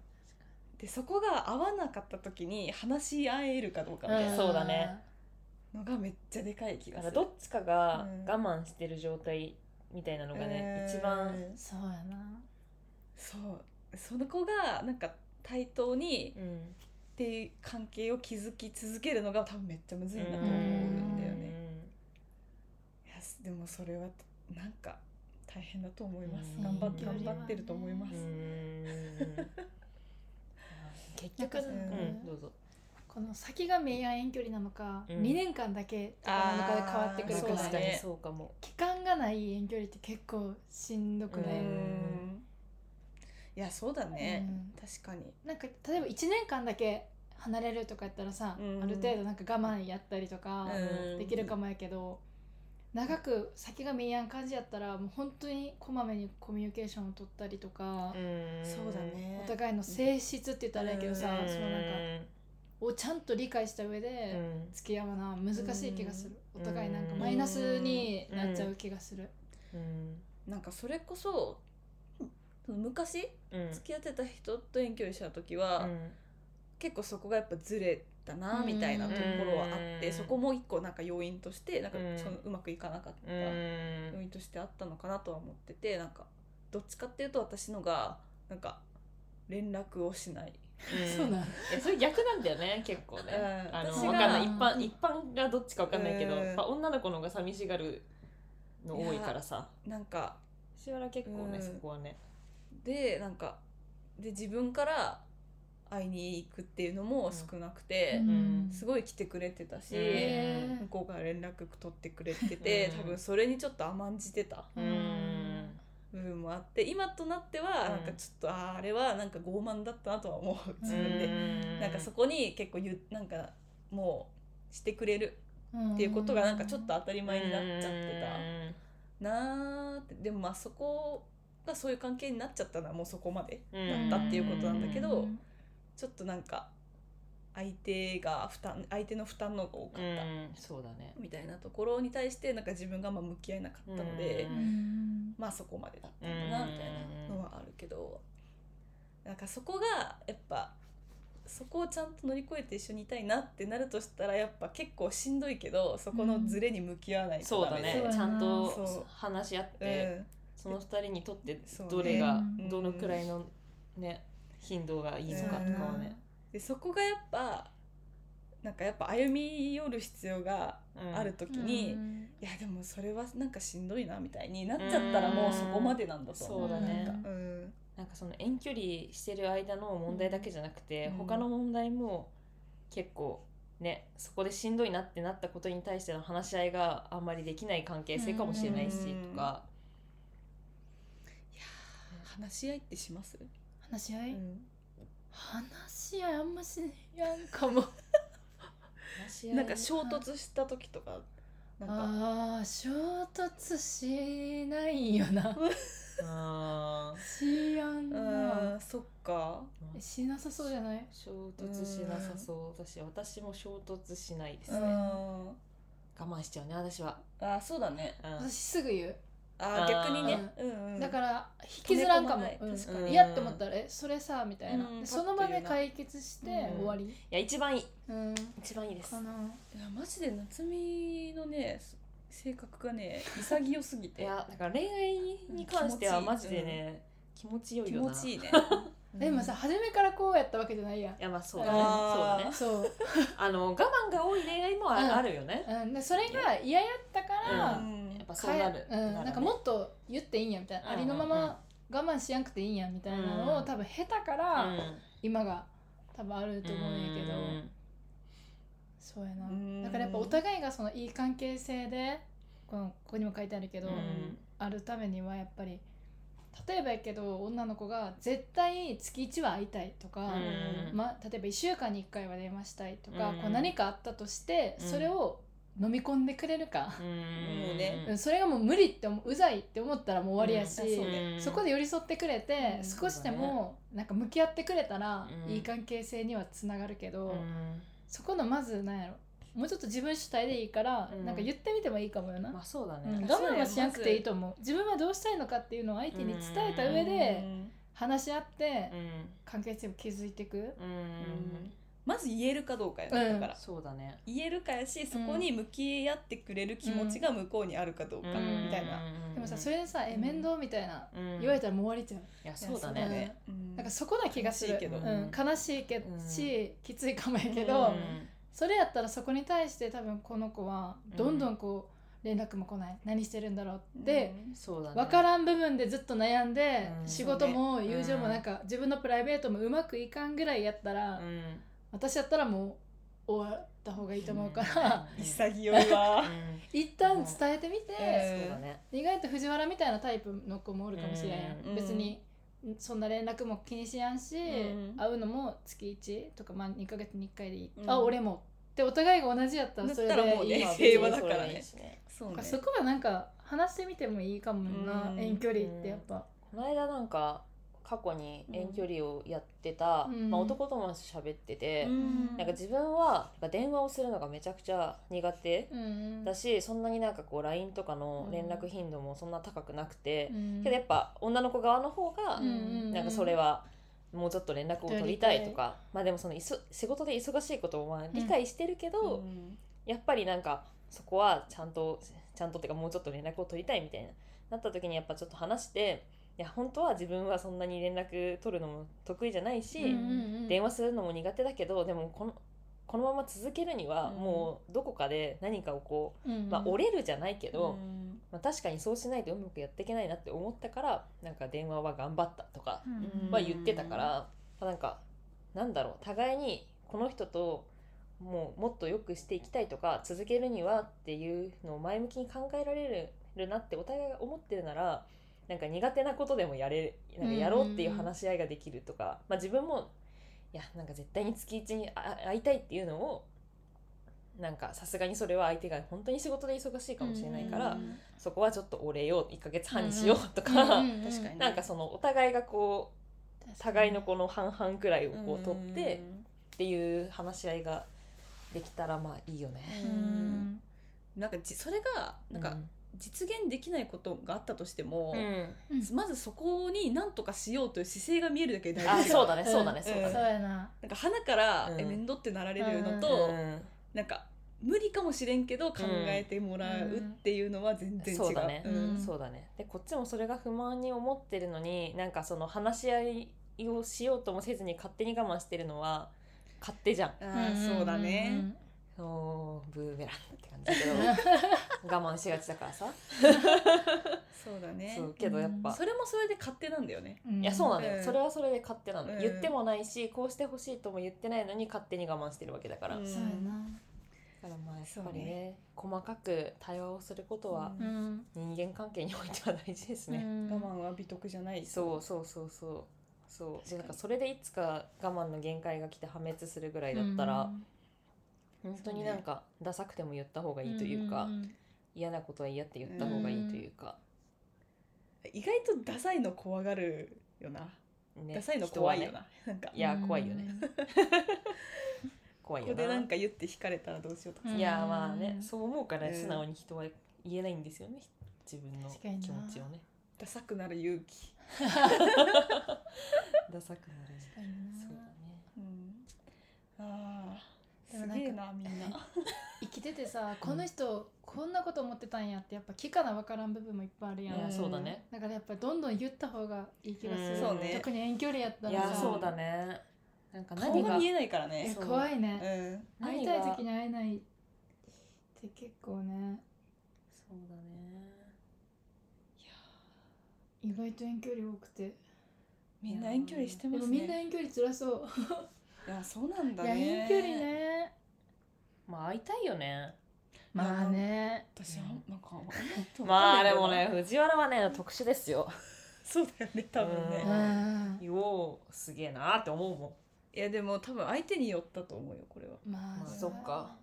B: でそこが合わなかった時に話し合えるかどうかみたい
A: うん
B: な
A: そうだね
B: のがめっちゃでかい気
A: だ
B: が
A: か
B: す
A: ら
B: る
A: どっちかが
B: うん
A: 我慢してる状態みたいなのがね、一番
B: うん
C: そうやな
B: そうその子がなんか対等に
A: うん
B: っていう関係を築き続けるのが多分めっちゃむずいなと思う
A: うん
B: だよ
A: ん
B: ねいやでもそれはなんか大変だと思います
A: うん
B: 頑張って
A: うん
B: 頑張ってると思います
A: うーん結
C: なん
A: 局
C: か
A: う
C: さ
B: うん
A: んどうぞ
C: この先が明暗遠距離なのか、
A: うん
C: 2年間だけとかなのかで変わってくる
B: そ
C: か
B: う
C: ら、
B: だ
A: 確か
B: ね
A: にそうかも
C: 期間がない遠距離って結構しんどくない、
A: うん
B: いやそうだね
C: うん
B: 確かに
C: なんか例えば1年間だけ離れるとかやったらさ、
B: うん
C: ある程度なんか我慢やったりとか
B: うん
C: できるかもやけど、長く先が明暗感じやったらもう本当にこまめにコミュニケーションを取ったりとか、
B: そうだね
C: お互いの性質って言ったらあれやけどさ、
B: うん
C: そのなんかをちゃんと理解した上で、付き合うのは難しい気がする、
A: うん
C: お互いなんかマイナスになっちゃう気がする、
B: なんかそれこそ昔付き合ってた人と遠距離した時は結構そこがやっぱずれたなみたいなところはあって、
A: うん
B: そこも一個なんか要因としてなんか
A: うん
B: そのうまくいかなかった要因としてあったのかなとは思っててなんかどっちかっていうと私のがなんか連絡をしない、
A: そうなん
C: ん
A: いやそれ逆なんだよね結構ね
B: うん
A: あの
B: 私
A: わ
B: が
A: かんない一般一般がどっちかわかんないけど
B: うん
A: やっぱ女の子の方が寂しがるの多いからさ
B: なんか
A: 藤原結構ね
B: うん
A: そこはね
B: でなんかで自分から会いに行くっていうのも少なくて、
A: ん
B: すごい来てくれてたし、
A: え
B: 向こうから連絡取ってくれてて、
A: うん
B: 多分それにちょっと甘んじてた
A: う
C: うんん
B: 部分もあって今となってはなんかちょっと、あーあれはなんか傲慢だったなとは思う自分で、
A: うん
B: なんかそこに結構ゆなんかもうしてくれる
C: っ
B: っていうことがなんかちょっと当たり前になっちゃっ
A: うん
B: てたなーってでもまあそこがそういう関係になっちゃったのはもうそこまで
A: うん
B: だったっていうことなんだけど
C: うん
B: ちょっとなんか相手が負担相手の負担の方が多か
A: う
B: った。
A: んそうだね
B: みたいなところに対してなんか自分がまあ向き合えなかったので、
A: うん
B: まあそこまでだったんだな
A: うん
B: みたいなのはあるけどなんかそこがやっぱそこをちゃんと乗り越えて一緒にいたいなってなるとしたらやっぱ結構しんどいけどそこのズレに向き合わないと
A: そう
B: ダ
A: だ
B: メで
A: ね
C: そうだな
A: ちゃん
B: そう
A: と話し合ってその二人にとって
B: そうね
A: どれが
C: うん
A: どのくらいのね頻度がいいのかとかはね
B: うんでそこがやっぱなんかやっぱ歩み寄る必要が
A: うん
B: ある時に、
C: うん
B: いやでもそれはなんかしんどいなみたいになっちゃったらもうそこまでなんだと思
A: そう
B: う。
A: だね
C: なんか
B: うん
A: なんかその遠距離してる間の問題だけじゃなくて
B: うん
A: 他の問題も結構ねそこでしんどいなってなったことに対しての話し合いがあんまりできない関係性かもしれないし
B: うん
A: とか
B: いやー話し合いってします、
C: 話し合い、
B: うん
C: 話し合いあんましやんかも
A: 話し合い
B: なんか衝突した時とかなんか
C: あー衝突しないよな
A: あ
C: しやん
B: う
C: な
B: ーんそっか
A: ー
C: しなさそうじゃない
A: 衝突しなさそうだし私も衝突しないです
B: うー
A: ね
B: ん
A: 我慢しちゃうね私は、
B: あそうだね
A: うん
C: 私すぐ言う
B: あ
A: あー
B: ー逆にねうんうん
C: だから引きずらんかも
B: 止め込まない確
A: かに
C: 嫌って思ったら「えそれさ」みたいな、
B: うん
C: でその場で解決して
B: うん
C: 終わり、
A: いや一番いい
C: うん
A: 一番いいです
C: かない
B: やマジで夏美のねす性格がね潔すぎ
A: い
B: て
A: やだから恋愛に関してはマジでね、気持ちよい
B: 気
A: よな
B: 持ちいいね
A: うん
C: でもさ初めからこうやったわけじゃないやん
A: いやまあそうだね
B: あー
A: そうだね
C: そう、
A: あの我慢が多い恋愛もあ,、
C: うん
A: るよね
C: うん、でそれが嫌やったか
A: う
C: ら、
B: うん
A: やっぱそうなる、
C: かえうん、なんかもっと言っていいんやみたいな、
A: うん
C: ありのまま我慢しやんくていいんやみたいなのを、
A: うん
C: 多分下手から、今が多分あると思うんやけど、そうやな、
B: うん
C: だからやっぱお互いがそのいい関係性でこのここにも書いてあるけど、
A: うん
C: あるためにはやっぱり例えばやけど女の子が絶対月1は会いたいとか、
A: うん
C: ま、例えば1週間に1回は電話したいとか、
A: うん
C: こう何かあったとして
A: うん
C: それを飲み込んでくれるか、
A: うん
B: もうね
C: うんそれがもう無理って思ううざいって思ったらもう終わりやし、
B: うんそうね
C: そこで寄り添ってくれて、
B: うん
C: 少しでもなんか向き合ってくれたら、
A: うん
C: いい関係性にはつながるけど、
A: うん
C: そこのまずなんやろもうちょっと自分主体でいいから、
A: うん
C: なんか言ってみてもいいかもよな、
A: まあそうだ
C: うん
A: ね、
C: 我慢はしなくていいと思う自分はどうしたいのかっていうのを相手に伝えた上で話し合って
A: うん
C: 関係性を築いていく
A: うん
B: まず言えるかどうかや
C: う
B: ね
C: ん
B: だから
A: そうだね
B: 言えるかやしそこに向き合ってくれる気持ちが向こうにあるかどうか
C: うん
B: みたいな
C: でもさそれでさ「え
B: うん
C: 面倒」みたいな
A: 言
C: 言われ
A: た
C: たらもう終わりじゃん
A: いやそうだ
C: いや
A: ね
C: そうだねなんかそこな気がする
B: 悲しいけど
C: うん、悲しいけど
A: うん
C: しきついかもやけ
B: う
C: ど
B: ん
C: それやったらそこに対して多分この子はどんどんこう連絡も来ない何してるんだろうって
A: そうだね
C: 分からん部分でずっと悩んで
A: うん
C: 仕事も
A: ね
C: 友情もなんか自分のプライベートもうまくいかんぐらいやったら
A: うん
C: 私やったらもう終わった方がいいと思うから、
A: うん
B: 潔いわ
A: うん
C: [LAUGHS] 一旦伝えてみて、
A: そうだね
C: 意外と藤原みたいなタイプの子もおるかもしれんやん、
B: うん
C: 別にそんな連絡も気にしやんし、
B: うん
C: 会うのも月1とか、まあ、2ヶ月に1回でいい、
B: うん
C: あ俺もってお互いが同じやったらそれでいい
B: だったらもうね
C: な
A: まあ
B: 平和だからね
A: それでいいし
B: そう
C: なんか
B: ね
C: そこはなんか話してみてもいいかもな、
B: うん
C: 遠距離ってやっぱ、
A: この間なんか過去に遠距離をやってた、
C: うん
A: まあ、男友達と喋ってて、
B: うん
A: なんか自分はなんか電話をするのがめちゃくちゃ苦手
C: うん
A: だし、そんなになんかこう LINE とかの連絡頻度もそんな高くなくて、
C: うん
A: けどやっぱ女の子側の方が
C: うんうん
A: なんかそれはもうちょっと連絡を取りたいとか、まあでもそのいそ仕事で忙しいことをまあ理解してるけど、
B: うん
A: やっぱりなんかそこはちゃんとちゃんとっていうかもうちょっと連絡を取りたいみたいななった時にやっぱちょっと話していや本当は自分はそんなに連絡取るのも得意じゃないし、
C: うんうんうん
A: 電話するのも苦手だけどでもこのこのまま続けるには
B: うん
A: もうどこかで何かをこ
C: うんうん
A: う、まあ、折れるじゃないけど、
B: うん
A: まあ、確かにそうしないとうまくやっていけないなって思ったからなんか電話は頑張ったとか
C: うん
A: は言ってたから、まあなんかなんだろう互いにこの人ともうもっと良くしていきたいとか続けるにはっていうのを前向きに考えられるなってお互いが思ってるならなんか苦手なことでもやれなんかやろうっていう話し合いができるとか、まあ、自分もいやなんか絶対に月一にあ会いたいっていうのをなんかさすがにそれは相手が本当に仕事で忙しいかもしれないから、
B: うん
A: [LAUGHS] そこはちょっとお礼を1ヶ月半にしようとか、
C: うんうんうん
B: 確かに
A: なんかそのお互いがこう互いのこの半々くらいを
B: うん
A: こう取ってっていう話し合いができたらまあいいよね。
B: う
C: うんん
B: なんかじそれがなんか実現できないことがあったとしても
A: うん、うん
B: まずそこに何とかしようという姿勢が見えるだけで大
A: あ
B: 事だ
A: そう
B: よ
A: だねそうだねそうだ
C: そう
A: ね。
C: やな
B: なんか鼻から
A: うん
B: え面倒ってなられるの
A: う
B: と、
A: ん
B: なんか無理かもしれんけど考えてもらうっていうのは全然違う。
A: そうだね
B: ん
A: そうだね。でこっちもそれが不満に思ってるのになんかその話し合いをしようともせずに勝手に我慢してるのは勝手じゃん。
B: あーそうだね。
A: おーブーメランって感じだけ
C: うん
B: [LAUGHS]
A: ど我慢しがちだからさ。
B: そうだね
A: そう。けどやっぱ
B: それもそれで勝手なんだよね。
C: うん
A: いやそうなのよ、
B: うん
A: それはそれで勝手なの、
B: うん
A: 言ってもないしこうしてほしいとも言ってないのに勝手に我慢してるわけだから、
B: うん
A: だ
C: そうやな
A: からまあやっ
B: そ
A: ぱ
B: う
A: りね
B: ね
A: 細かく対話をすることは
B: う
C: うん
A: 人間関係においては大事ですね、
C: 我
B: 我慢は美徳じゃない。
A: そうそうそうそうそうで
B: 確かに
A: なんかそれでいつか我慢の限界が来て破滅するぐらいだったら、本当になんかダサくても言った方がいいというか、嫌なことは嫌って言った方がいいというか、
B: 意外とダサいの怖がるよな。
A: ね
B: ダサいの
A: 人は
B: 怖
A: ね
B: いよな。なんか
A: いや怖いよ [LAUGHS] ね怖い
B: こ
A: よ
B: こ
A: な
B: でなんか言って引かれたらどうしようとか
C: う。ん
A: いやまあね
C: うん
A: そう思うから
B: うん
A: 素直に人は言えないんですよね自分の
C: 確
A: 気
C: かに
A: 持
C: な
A: ちをね
B: ダサくなる勇気。
A: ダサくなるそうだね
B: うん、ああ
C: でも
B: す
C: なんか
B: げえなみんな。
C: 生きててさこの人ここんなこと思ってたんやってやっぱ聞かな分からん部分もいっぱいある
A: い
C: やん、
A: やそうだね
C: だからやっぱどんどん言った方がいい気がする、
A: うん
B: そうね
C: 特に遠距離やった
A: い
C: ら
A: や
C: さ
A: そうだねなん
B: [LAUGHS]
A: か
B: 顔
A: 何
B: が
A: が
B: 見えないから
C: いや
B: ね。
A: そう
C: 怖いね
B: うん。
C: 会
A: 何
C: い
A: が
C: たい時に会えないって結構ね
A: そうだね
C: 意外と遠距離多くて
B: みんな遠距離して
C: で
B: ま
C: も
B: す
C: みんな
B: ね。
C: 遠距離辛そう
B: いやそうなんだ
C: いや
B: ね。
C: 遠距離。ね
A: まあ会いたいよね
C: まあね
B: 私はなんか
A: まあでも。ね藤原はね特殊ですよ
B: そうだよね多分
A: う
C: う
A: ま
B: ね。
A: あ
C: ん
A: よおすげえなーって思うもん
B: いやでも多分相手によったと思うよこれは。
C: ま
A: ま
C: あ
A: あそっか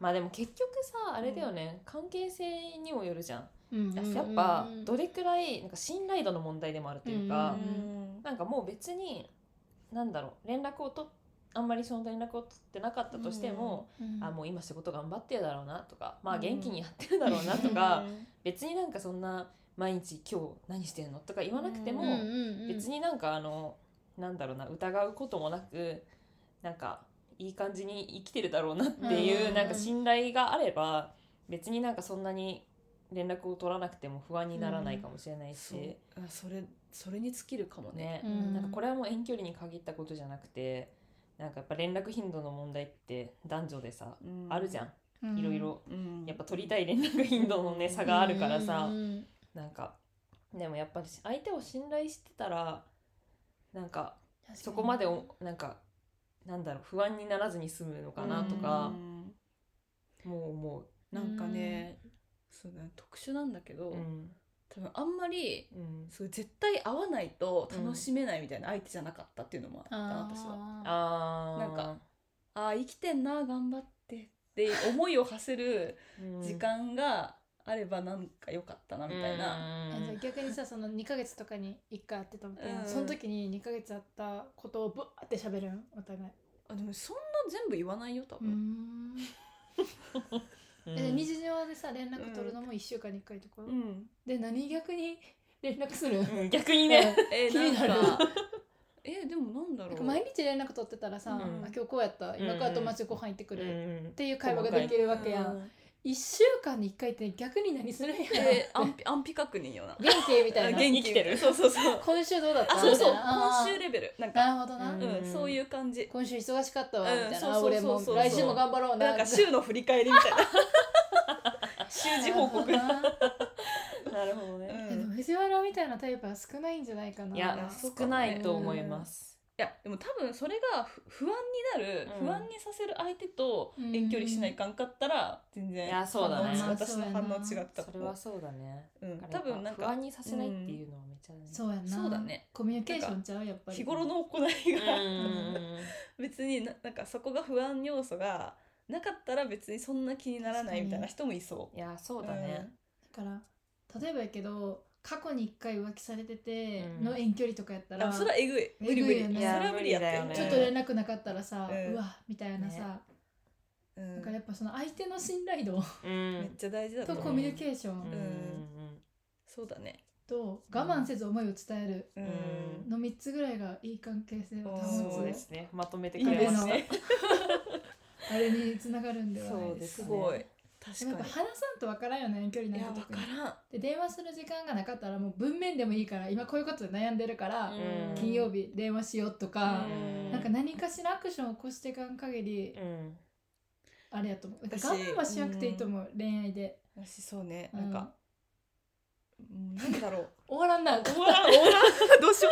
A: まあでも結局さあれだよね、関係性にもよるじゃん
C: うんうんうん
A: やっぱどれくらいなんか信頼度の問題でもあるというか、
C: うん
A: なんかもう別になんだろう連絡をとあんまりその連絡を取ってなかったとしても、
C: うん
A: あもう今仕事頑張ってるだろうなとかまあ
B: うん
A: 元気にやってるだろうなとか、 [LAUGHS] 別になんかそんな毎日今日何してるのとか言わなくても、
B: うん
C: うんうん
A: 別になんかあのなんだろうな疑うこともなくなんかいい感じに生きてるだろうなって
C: うん
A: いううんなんか信頼があれば別になんかそんなに連絡を取らなくても不安にならないかもしれないし、
B: そうあそれそれに尽きるかもね。
A: ね
C: うん
A: なんかこれはもう遠距離に限ったことじゃなくてなんかやっぱ連絡頻度の問題って男女でさ
B: うん
A: あるじゃ。
C: うん
A: いろいろ
B: うん。
A: やっぱ取りたい連絡頻度のね差があるからさ、
C: うんうん
A: なんかでもやっぱり相手を信頼してたらなんか
C: うん
A: そこまでおなんかなんだろう不安にならずに済むのかなとか
B: う、ん
A: もう思
B: なんかね、そうだね特殊なんだけど、
A: う、うん
B: 多分あんまり
A: うん、
B: そう絶対会わないと楽しめないみたいな相手じゃなかったっていうのもあったな、私は。
A: あ
C: あ
A: ー
B: なんか、ああ生きてんな頑張ってって思いを馳せる
A: うん
B: 時間があればなんか良かったなみたいな。
C: ーえじゃあ逆にさその2ヶ月とかに1回会ってたみたいな、
B: うん
C: その時に2ヶ月会ったことをぶわって喋るんお互い
B: あでもそんな全部言わないよ多
C: う
B: 分。
C: ん
A: うん
C: えで日常でさ連絡取るのも1週間に1回とか、
B: うん。
C: で何逆に連絡する、
A: うん逆にね、
B: [LAUGHS] え
C: 気になる
B: なんかえでもなんだ
C: [LAUGHS] なん
B: ろ
C: か
B: う。
C: 毎日連絡取ってたらさ、
B: うん
C: あ今日こうやった今から友達とご飯行ってく
A: う
C: る、っ
A: ん
C: ていう会話ができるわけや、
B: うんん
C: 一1週間に1回って逆に何するんや
B: え安否安否確認よな。
C: 元気みた
B: あ
C: いな
B: 元
A: 生きてる
B: そうそうそう。
C: 今週どうだった
B: あそうそう
C: みたいな
B: 今週レベルなんか
C: なるほどな、
A: うん
B: うんそういう感じ
C: 今週忙しかったわみたいな、
B: うんそうそう
C: 俺
B: そう
C: も
B: そう
C: 来週も頑張ろうな
B: なんか週の振り返りみたいな週次
C: [LAUGHS]
B: 報告
C: なるほどな
A: なるほどね、
C: で
B: い
C: も藤原みたいなタイプは少ないんじゃないかないい
A: や
B: そう
A: 少ないと思います、
B: やでも多分それがふ不安になる、
A: うん
B: 不安にさせる相手と遠距離しないかんかったら全然
A: いやそうだね
B: 反応違私の反応違った
A: それはそうだね
B: う、ん、
A: だら
B: 多
A: やっぱ
B: 分なん
A: 不
B: か
A: 安にさせないっていうのはめちゃね、
C: そうやんな
B: そうだね
C: コミュニケーションちゃうやっぱり
B: 日頃の行いが、
A: うん [LAUGHS]
B: 別にななんかそこが不安要素がなかったら別にそんな気にならないみたいな人もいそう。
A: いやそうだね、
C: だから例えばやけど過去に一回浮気されてて
A: うん
C: の遠距離とかやった
B: うん
C: ら、
B: あそれはえぐい無理無
C: え
B: 理、
C: ぐいよね
B: それは無理やって
A: いや無理だよね
C: ちょっと連絡なかったらさ、
B: う
C: うんわみたいなさ、
A: ね
B: うん
C: だからやっぱその相手の信頼度
A: うん
B: めっちゃ大事だと
C: と
B: 思う
C: コミュニケーショ
A: うん
C: ン
B: そうだね
C: と我慢せず思いを伝える
B: うん、
A: うん
C: の3つぐらいがいい関係性を
A: う
C: 保
A: ん
C: つ
A: そうですねまとめて
B: い
A: く
B: い
A: れ
B: で
A: ますした
B: ね
C: あれにつながるんではないですす
B: す
C: か、ね、
B: ごい
C: で
B: 確
C: もやっ
B: か
C: ぱ話さんとわからんよね遠距離
B: にい
C: な
B: やわ
C: んて
B: か
C: 特に
B: らん
C: で電話する時間がなかったらもう文面でもいいから今こういうことで悩んでるから、
A: うん
C: 金曜日電話しようとか、
A: うん
C: なんか何かしらアクションを起こしていかん限り
A: うん
C: あれやと思うなんか
B: 私
C: 我慢はしなくていいと思う、恋愛で
B: 私そうね
C: う
B: なん
C: ん
B: か、うん、なんだろう
C: 終わらんな
B: 終わらん終わらんどうしよ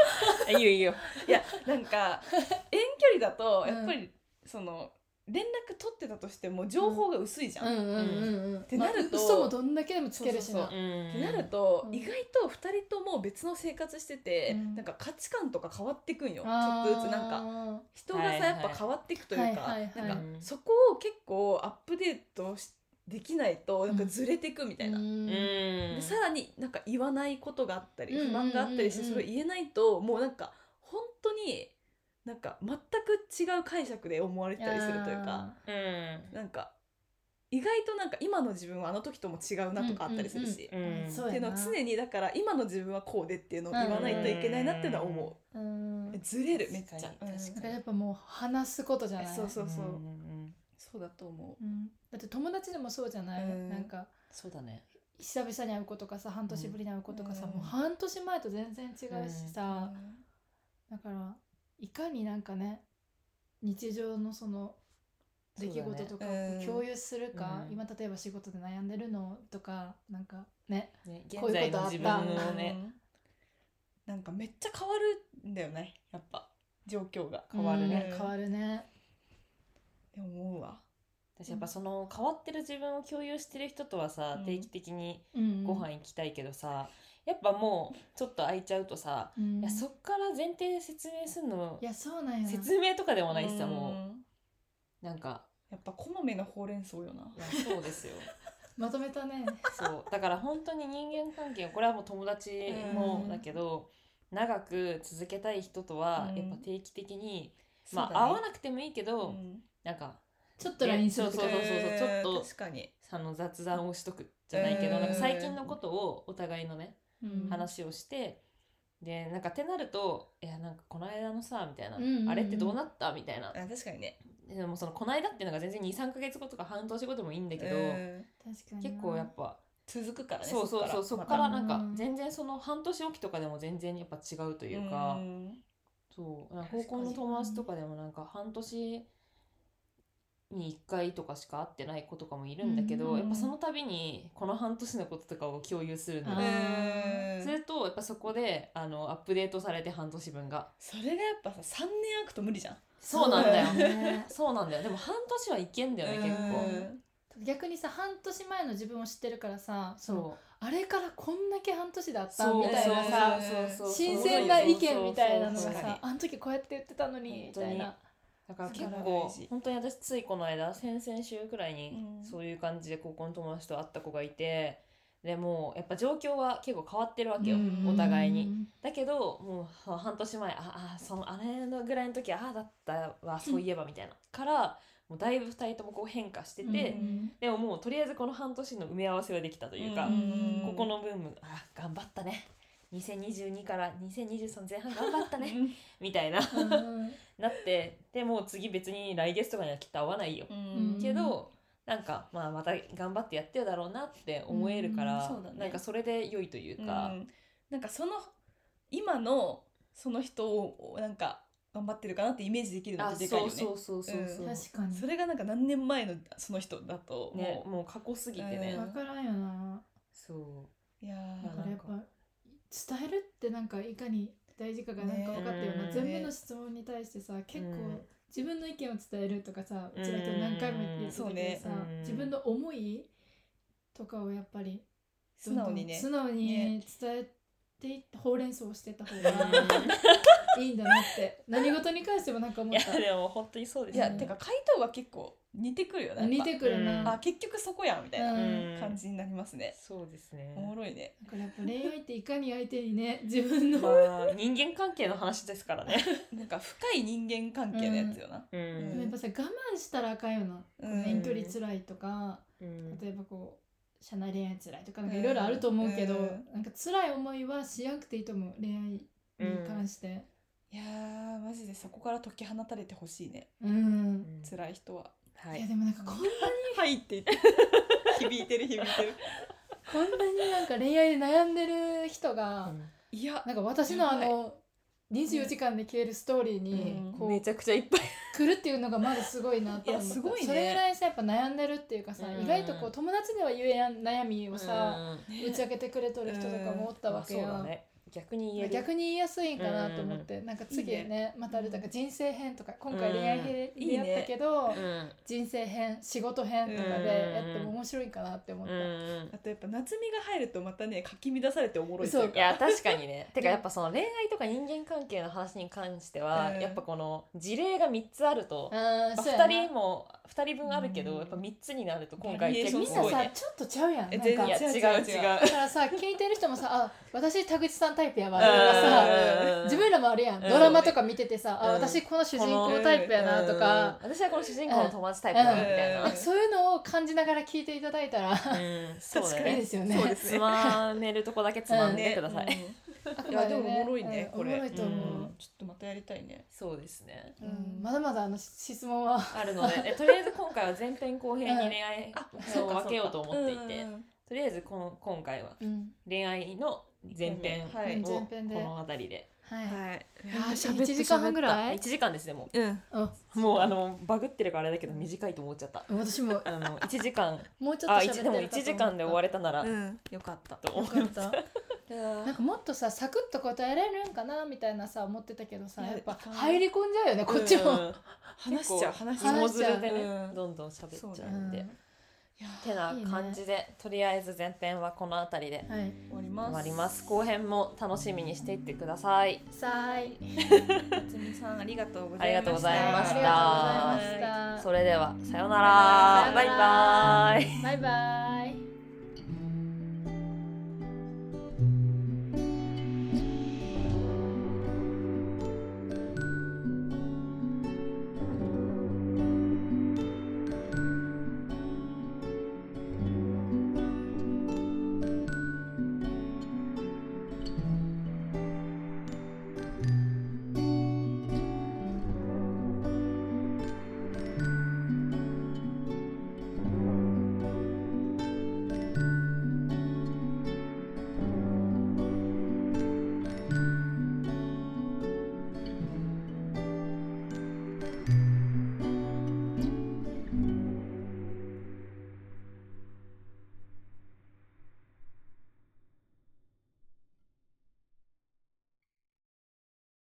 A: あいいよいいよ
B: [LAUGHS] ういやなんか遠距離だとやっぱり、その連絡取ってたとしても情報が薄いじゃん、
C: う
B: っ
C: んうんうんうん
B: てなると
C: まあ嘘もどんだけでもつけるし
B: そうそ
C: な
B: うそ
A: って
B: てなると、
C: うん
B: 意外と2人とも別の生活してて、
C: うん
B: なんか価値観とか変わってくんよちょ
C: あ
B: っ
C: ー
B: とずつなんか人がさ、
A: はいはい
B: やっぱ変わっていくというか、
C: はいはいはい
B: なんか
A: うん
B: そこを結構アップデートしできないとなんかずれていくみたいな、
C: うん
A: うん
B: でさらになんか言わないことがあったり
C: うんうん
B: 不満があったりして
C: うんうん
B: それを言えないともうなんか本当になんか全く違う解釈で思われてたりするというか
C: あ
A: うん
B: なんか意外となんか今の自分はあの時とも違うなとかあったりするし、
A: う
C: ー
A: ん
C: そう
B: ってい
C: や
B: うのを
C: な
B: 常にだから今の自分はこうでっていうのを言わないといけないなっていうのは思
C: うん
B: う、ずれるめっちゃ
A: 確かに
B: うん
A: 確
C: だからやっぱもう話すことじゃない
B: そうそうそう、
A: んんん
B: そうだと思う
C: うんだって友達でもそうじゃない、
B: うん
C: なんか
A: そうだね
C: 久々に会う子とかさ半年ぶりに会う子とかさ、
B: うん
C: もう半年前と全然違うしさ、だからいかになんかね日常のその出来事とかを
B: うん
C: 共有するか、
A: うん
C: 今例えば仕事で悩んでるのとかなんかね
A: ね
C: こう
A: 現在
C: いうこと
A: の
C: あった
A: 自分
C: あ
A: のね
B: うんなんかめっちゃ変わるんだよねやっぱ状況が
A: 変わるね
C: うん変わるね
B: でも思うわ
A: 私やっぱその変わってる自分を共有してる人とはさ、
B: うん
A: 定期的に
C: うん
A: ご飯行きたいけどさ、やっぱもうちょっと空いちゃうとさ、
C: うん
A: いやそっから前提で説明するの
C: いやそうなんよ
A: 説明とかでもないしさ、も
B: ん
A: うなんか
B: やっぱこまめなほうれん草よない
A: やそうですよ [LAUGHS]
C: まとめたね
A: そうだから本当に人間関係これはもう友達も
C: うん
A: だけど、長く続けたい人とは
B: うん
A: やっぱ定期的に、
B: そう
A: ま
B: だ
A: あ
B: ね、
A: 会わなくてもいいけど、
B: うん
A: なんか
C: ちょっと LINE すると
A: そう
C: か
A: そうそうそう
B: えー
A: ちょっと
B: 確かに
A: あの雑談をしとくじゃないけど、
B: うん
A: なんか最近のことをお互いのね
C: うん
A: 話をして、でなんかってなると「いやなんかこの間のさ」みたいな、
C: うんうんうん
A: あれってどうなった?」みたいな
B: あ確かにね
A: でもその「この間」っていうのが全然23か月後とか半年後でもいいんだけど、
B: うん
C: 確かにな
A: 結構やっぱ
B: 続くからね
A: そうそうそうそ
B: こ
A: っ
B: っ
A: か
B: からら
A: なんか
C: うん
A: 全然その半年おきとかでも全然やっぱ違うというか、
B: ん
A: そうなんか
B: 確か
A: 高
B: に
A: 校の友達とかでもなんか半年に1回とかしか会ってない子とかもいるんだけど、
C: うん
A: やっぱその度にこの半年のこととかを共有するんだよ
C: あ
A: ね。
B: うん
A: するとやっぱそこであのアップデートされて半年分が
B: それがやっぱさ3年空くと無理じゃん
A: そうなんだよ
C: そうね
A: そうなんだよでも半年はいけんだよね結構
B: うん
C: 逆にさ半年前の自分を知ってるからさ
A: そう
C: あれからこんだけ半年だった
A: そう
C: みたいなさ
A: そうそうそう
C: 新鮮な意見みたいなの
A: そ
C: が
A: うそうそう
C: さあの時こうやって言ってたのにみたいな
A: だから結
B: だから大
A: 構
B: 事
A: 本当に私ついこの間先々週くらいに
B: うん
A: そういう感じで高校の友達と会った子がいてでもうやっぱ状況は結構変わってるわけよ
B: うん
A: お互いにだけどもうは半年前ああそのあれのぐらいの時ああだったわそういえばみたいなからもうだいぶ2人ともこう変化して
C: うん
A: てでももうとりあえずこの半年の埋め合わせはできたというか
B: うんうん
A: ここのブームあ頑張ったね2022から2023前半頑張った
B: う
A: ね
B: ん
A: みたいな
C: うんうん
A: なってでもう次別に来月とかにはきっと会わないよ、
B: うん
A: けどなんか、まあ、また頑張ってやってるだろうなって思えるから、
B: うんそうだね
A: なんかそれで良いという
B: う
A: か、
B: んなんかその今のその人をなんか頑張ってるかなってイメージできるの
A: あ
B: ってでかい
A: そ
B: よ
A: う
B: ねそ
A: そうそうそうそう、
B: うん
C: 確かに
B: れがなんか何年前のその人だともう、
A: ね、もう過去すぎてね、
B: うん
C: 分からんよな
A: そ
B: いや
C: だ
B: ー
C: からやっぱ伝えるってなんかいかに大事かがなんか分かったよう
A: ね
C: な全部の質問に対してさ結構
A: うん
C: 自分の意見を伝えるとかさうちら今日何回も言ってたけどさ
A: うんそうねうん
C: 自分の思いとかをやっぱり
B: 素直にね
C: 素直に伝えていほうれん草をしてった方
A: う、
C: がいいんだなって何事に関してもなんか
A: い
C: 思っ
A: や
C: た
A: でも本当にそうで
B: い
A: す
B: や
A: よ
B: て
A: ね
B: か回答が結構似てくるよねやっぱ
C: 似てくる
A: う
C: な、
A: ん
B: あ結局そこやみたいな
C: うん
A: うん
B: 感じになりますね、
A: そうです
B: おも
A: ね
B: ろいね
C: だからやっぱ恋愛っていかに相手にね自分の、
A: まあ人間関係の話ですからね、
B: なんか深い人間関係のやつよな、
A: うん
B: ん
C: やっぱさ我慢したらあかんよな、
B: うん
C: 遠距離辛いとか
A: うん
C: 例えばこう社内恋愛辛いとかなんか
B: うん
C: いろいろあると思うけど、
B: うん
C: なんか辛い思いはしなくていいと思う恋愛に関して
B: いやーマジでそこから解き放たれてほしいね
C: うん、
A: うん
B: 辛い人は
A: はいい
C: やでもなんかこん
B: 「はい」って言って響いてる響いてる
C: こんなになんか恋愛で悩んでる人が、
B: いや
C: なんか私のあ
B: や
C: の24時間で消えるストーリー
B: う
C: に
B: ん
C: こう、
A: めちゃくちゃいっぱい
C: 来るっていうのがまずすごいなと思った
B: いやすごいね
C: それぐらいさやっぱ悩んでるっていうかさ、
A: うん
C: 意外とこう友達では言えやん悩みをさ、
A: うん
B: ね
C: 打ち明けてくれとる人とかもおったわけ
A: まあ
C: や
A: そ、うだね逆に言える
C: 逆に言いやすいんかなと思って、なんか次ね
B: いい
C: またあれだから人生編とか今回恋愛編
B: うんいい
C: で
B: ね
C: やったけど、
A: うん
C: 人生編仕事編とかでやっても面白いかなって思った、
A: うん
B: あとやっぱ夏美が入るとまたねかき乱されておもろいという
A: い
B: か
A: や確かにね [LAUGHS] てかやっぱその恋愛とか人間関係の話に関しては、
B: うん
A: やっぱこの事例が3つあると、
C: あーそうやな
A: 2人も2人分あるけど、
B: うん
A: やっぱ3つになると今回
B: バリエー
A: 結
B: シ
A: 構
B: ョン
C: みん
A: す
C: な
A: ごい
C: さ、
A: ね
C: ちょっとちゃうやん
B: え
C: なん
A: い
C: か
A: や
B: 全然
A: 違う違う
B: 違う違う
C: だからさ聞いてる人もさあ私田口さんタイプやわとかさ
A: うん
C: 自分らもあるやん、
A: うん
C: ドラマとか見ててさ、
A: うん
C: あ私この主人公タイプやなとか、
A: うん私はこの主人公の友達タイプだなみたいな、
B: うん
C: あそういうのを感じながら聞いていただいたら、
A: うんそうだ
B: 確か
C: い
B: に
C: い
A: ね
C: ですよ
B: そう
C: ね
B: で。す
A: つまめるとこだけつまん
C: う
A: でください、
B: ねう
C: あ
B: ん
C: く
B: い
C: ま
B: やでもおもろいね
C: うん
B: これ
C: おもろいと思
A: う
C: う、
A: ん
B: ちょっとまたやりたいね
A: そうですね
C: うん
B: うん
C: まだまだあの質問は
A: あるのでえとりあえず今回は前編後編に恋愛
B: あ
A: を分けようと思っていて、
B: うん
A: とりあえずこの今回は
C: うん
A: 恋愛の前編
B: は
C: う
B: い
C: ん、前
A: を
C: 編で
A: この辺りで
C: はい、
B: はい
C: 1時間半ぐらい
A: 1時間ですねも
B: うん
C: あ
A: うもうあのバグってるからあれだけど短いと思っちゃった
C: 私も
A: あの1時間
C: もうちょっ
A: あ
C: と喋っ
A: 一
C: て
A: でも1時間で終われたなら
B: うんよかった
A: と思っ
C: れよかったたなんかもっとさサクッと答えられるんかなみたいなさ思ってたけどさ
B: いや
C: やっぱ
B: いかん
C: 入り込んじゃうよねこっち
A: う
C: も。
A: ん
B: 話しちゃう話しちゃう
A: 芋づるでね、
B: うん
A: どんどん喋っちゃ
B: う
A: う
B: だ
A: んで。
C: うん
A: てな感じでとりあえず前編はこの辺りで
C: はい。
B: 終わり
A: 終わ
B: ま
A: り
B: す
A: ます後編も楽しみにしていってください
C: さあい。
B: つみさんありがとうご
A: ありがとうございました
C: ありがとうございました。
A: それではさようなら
C: さようなら
A: バイバーイ
C: バイバイ。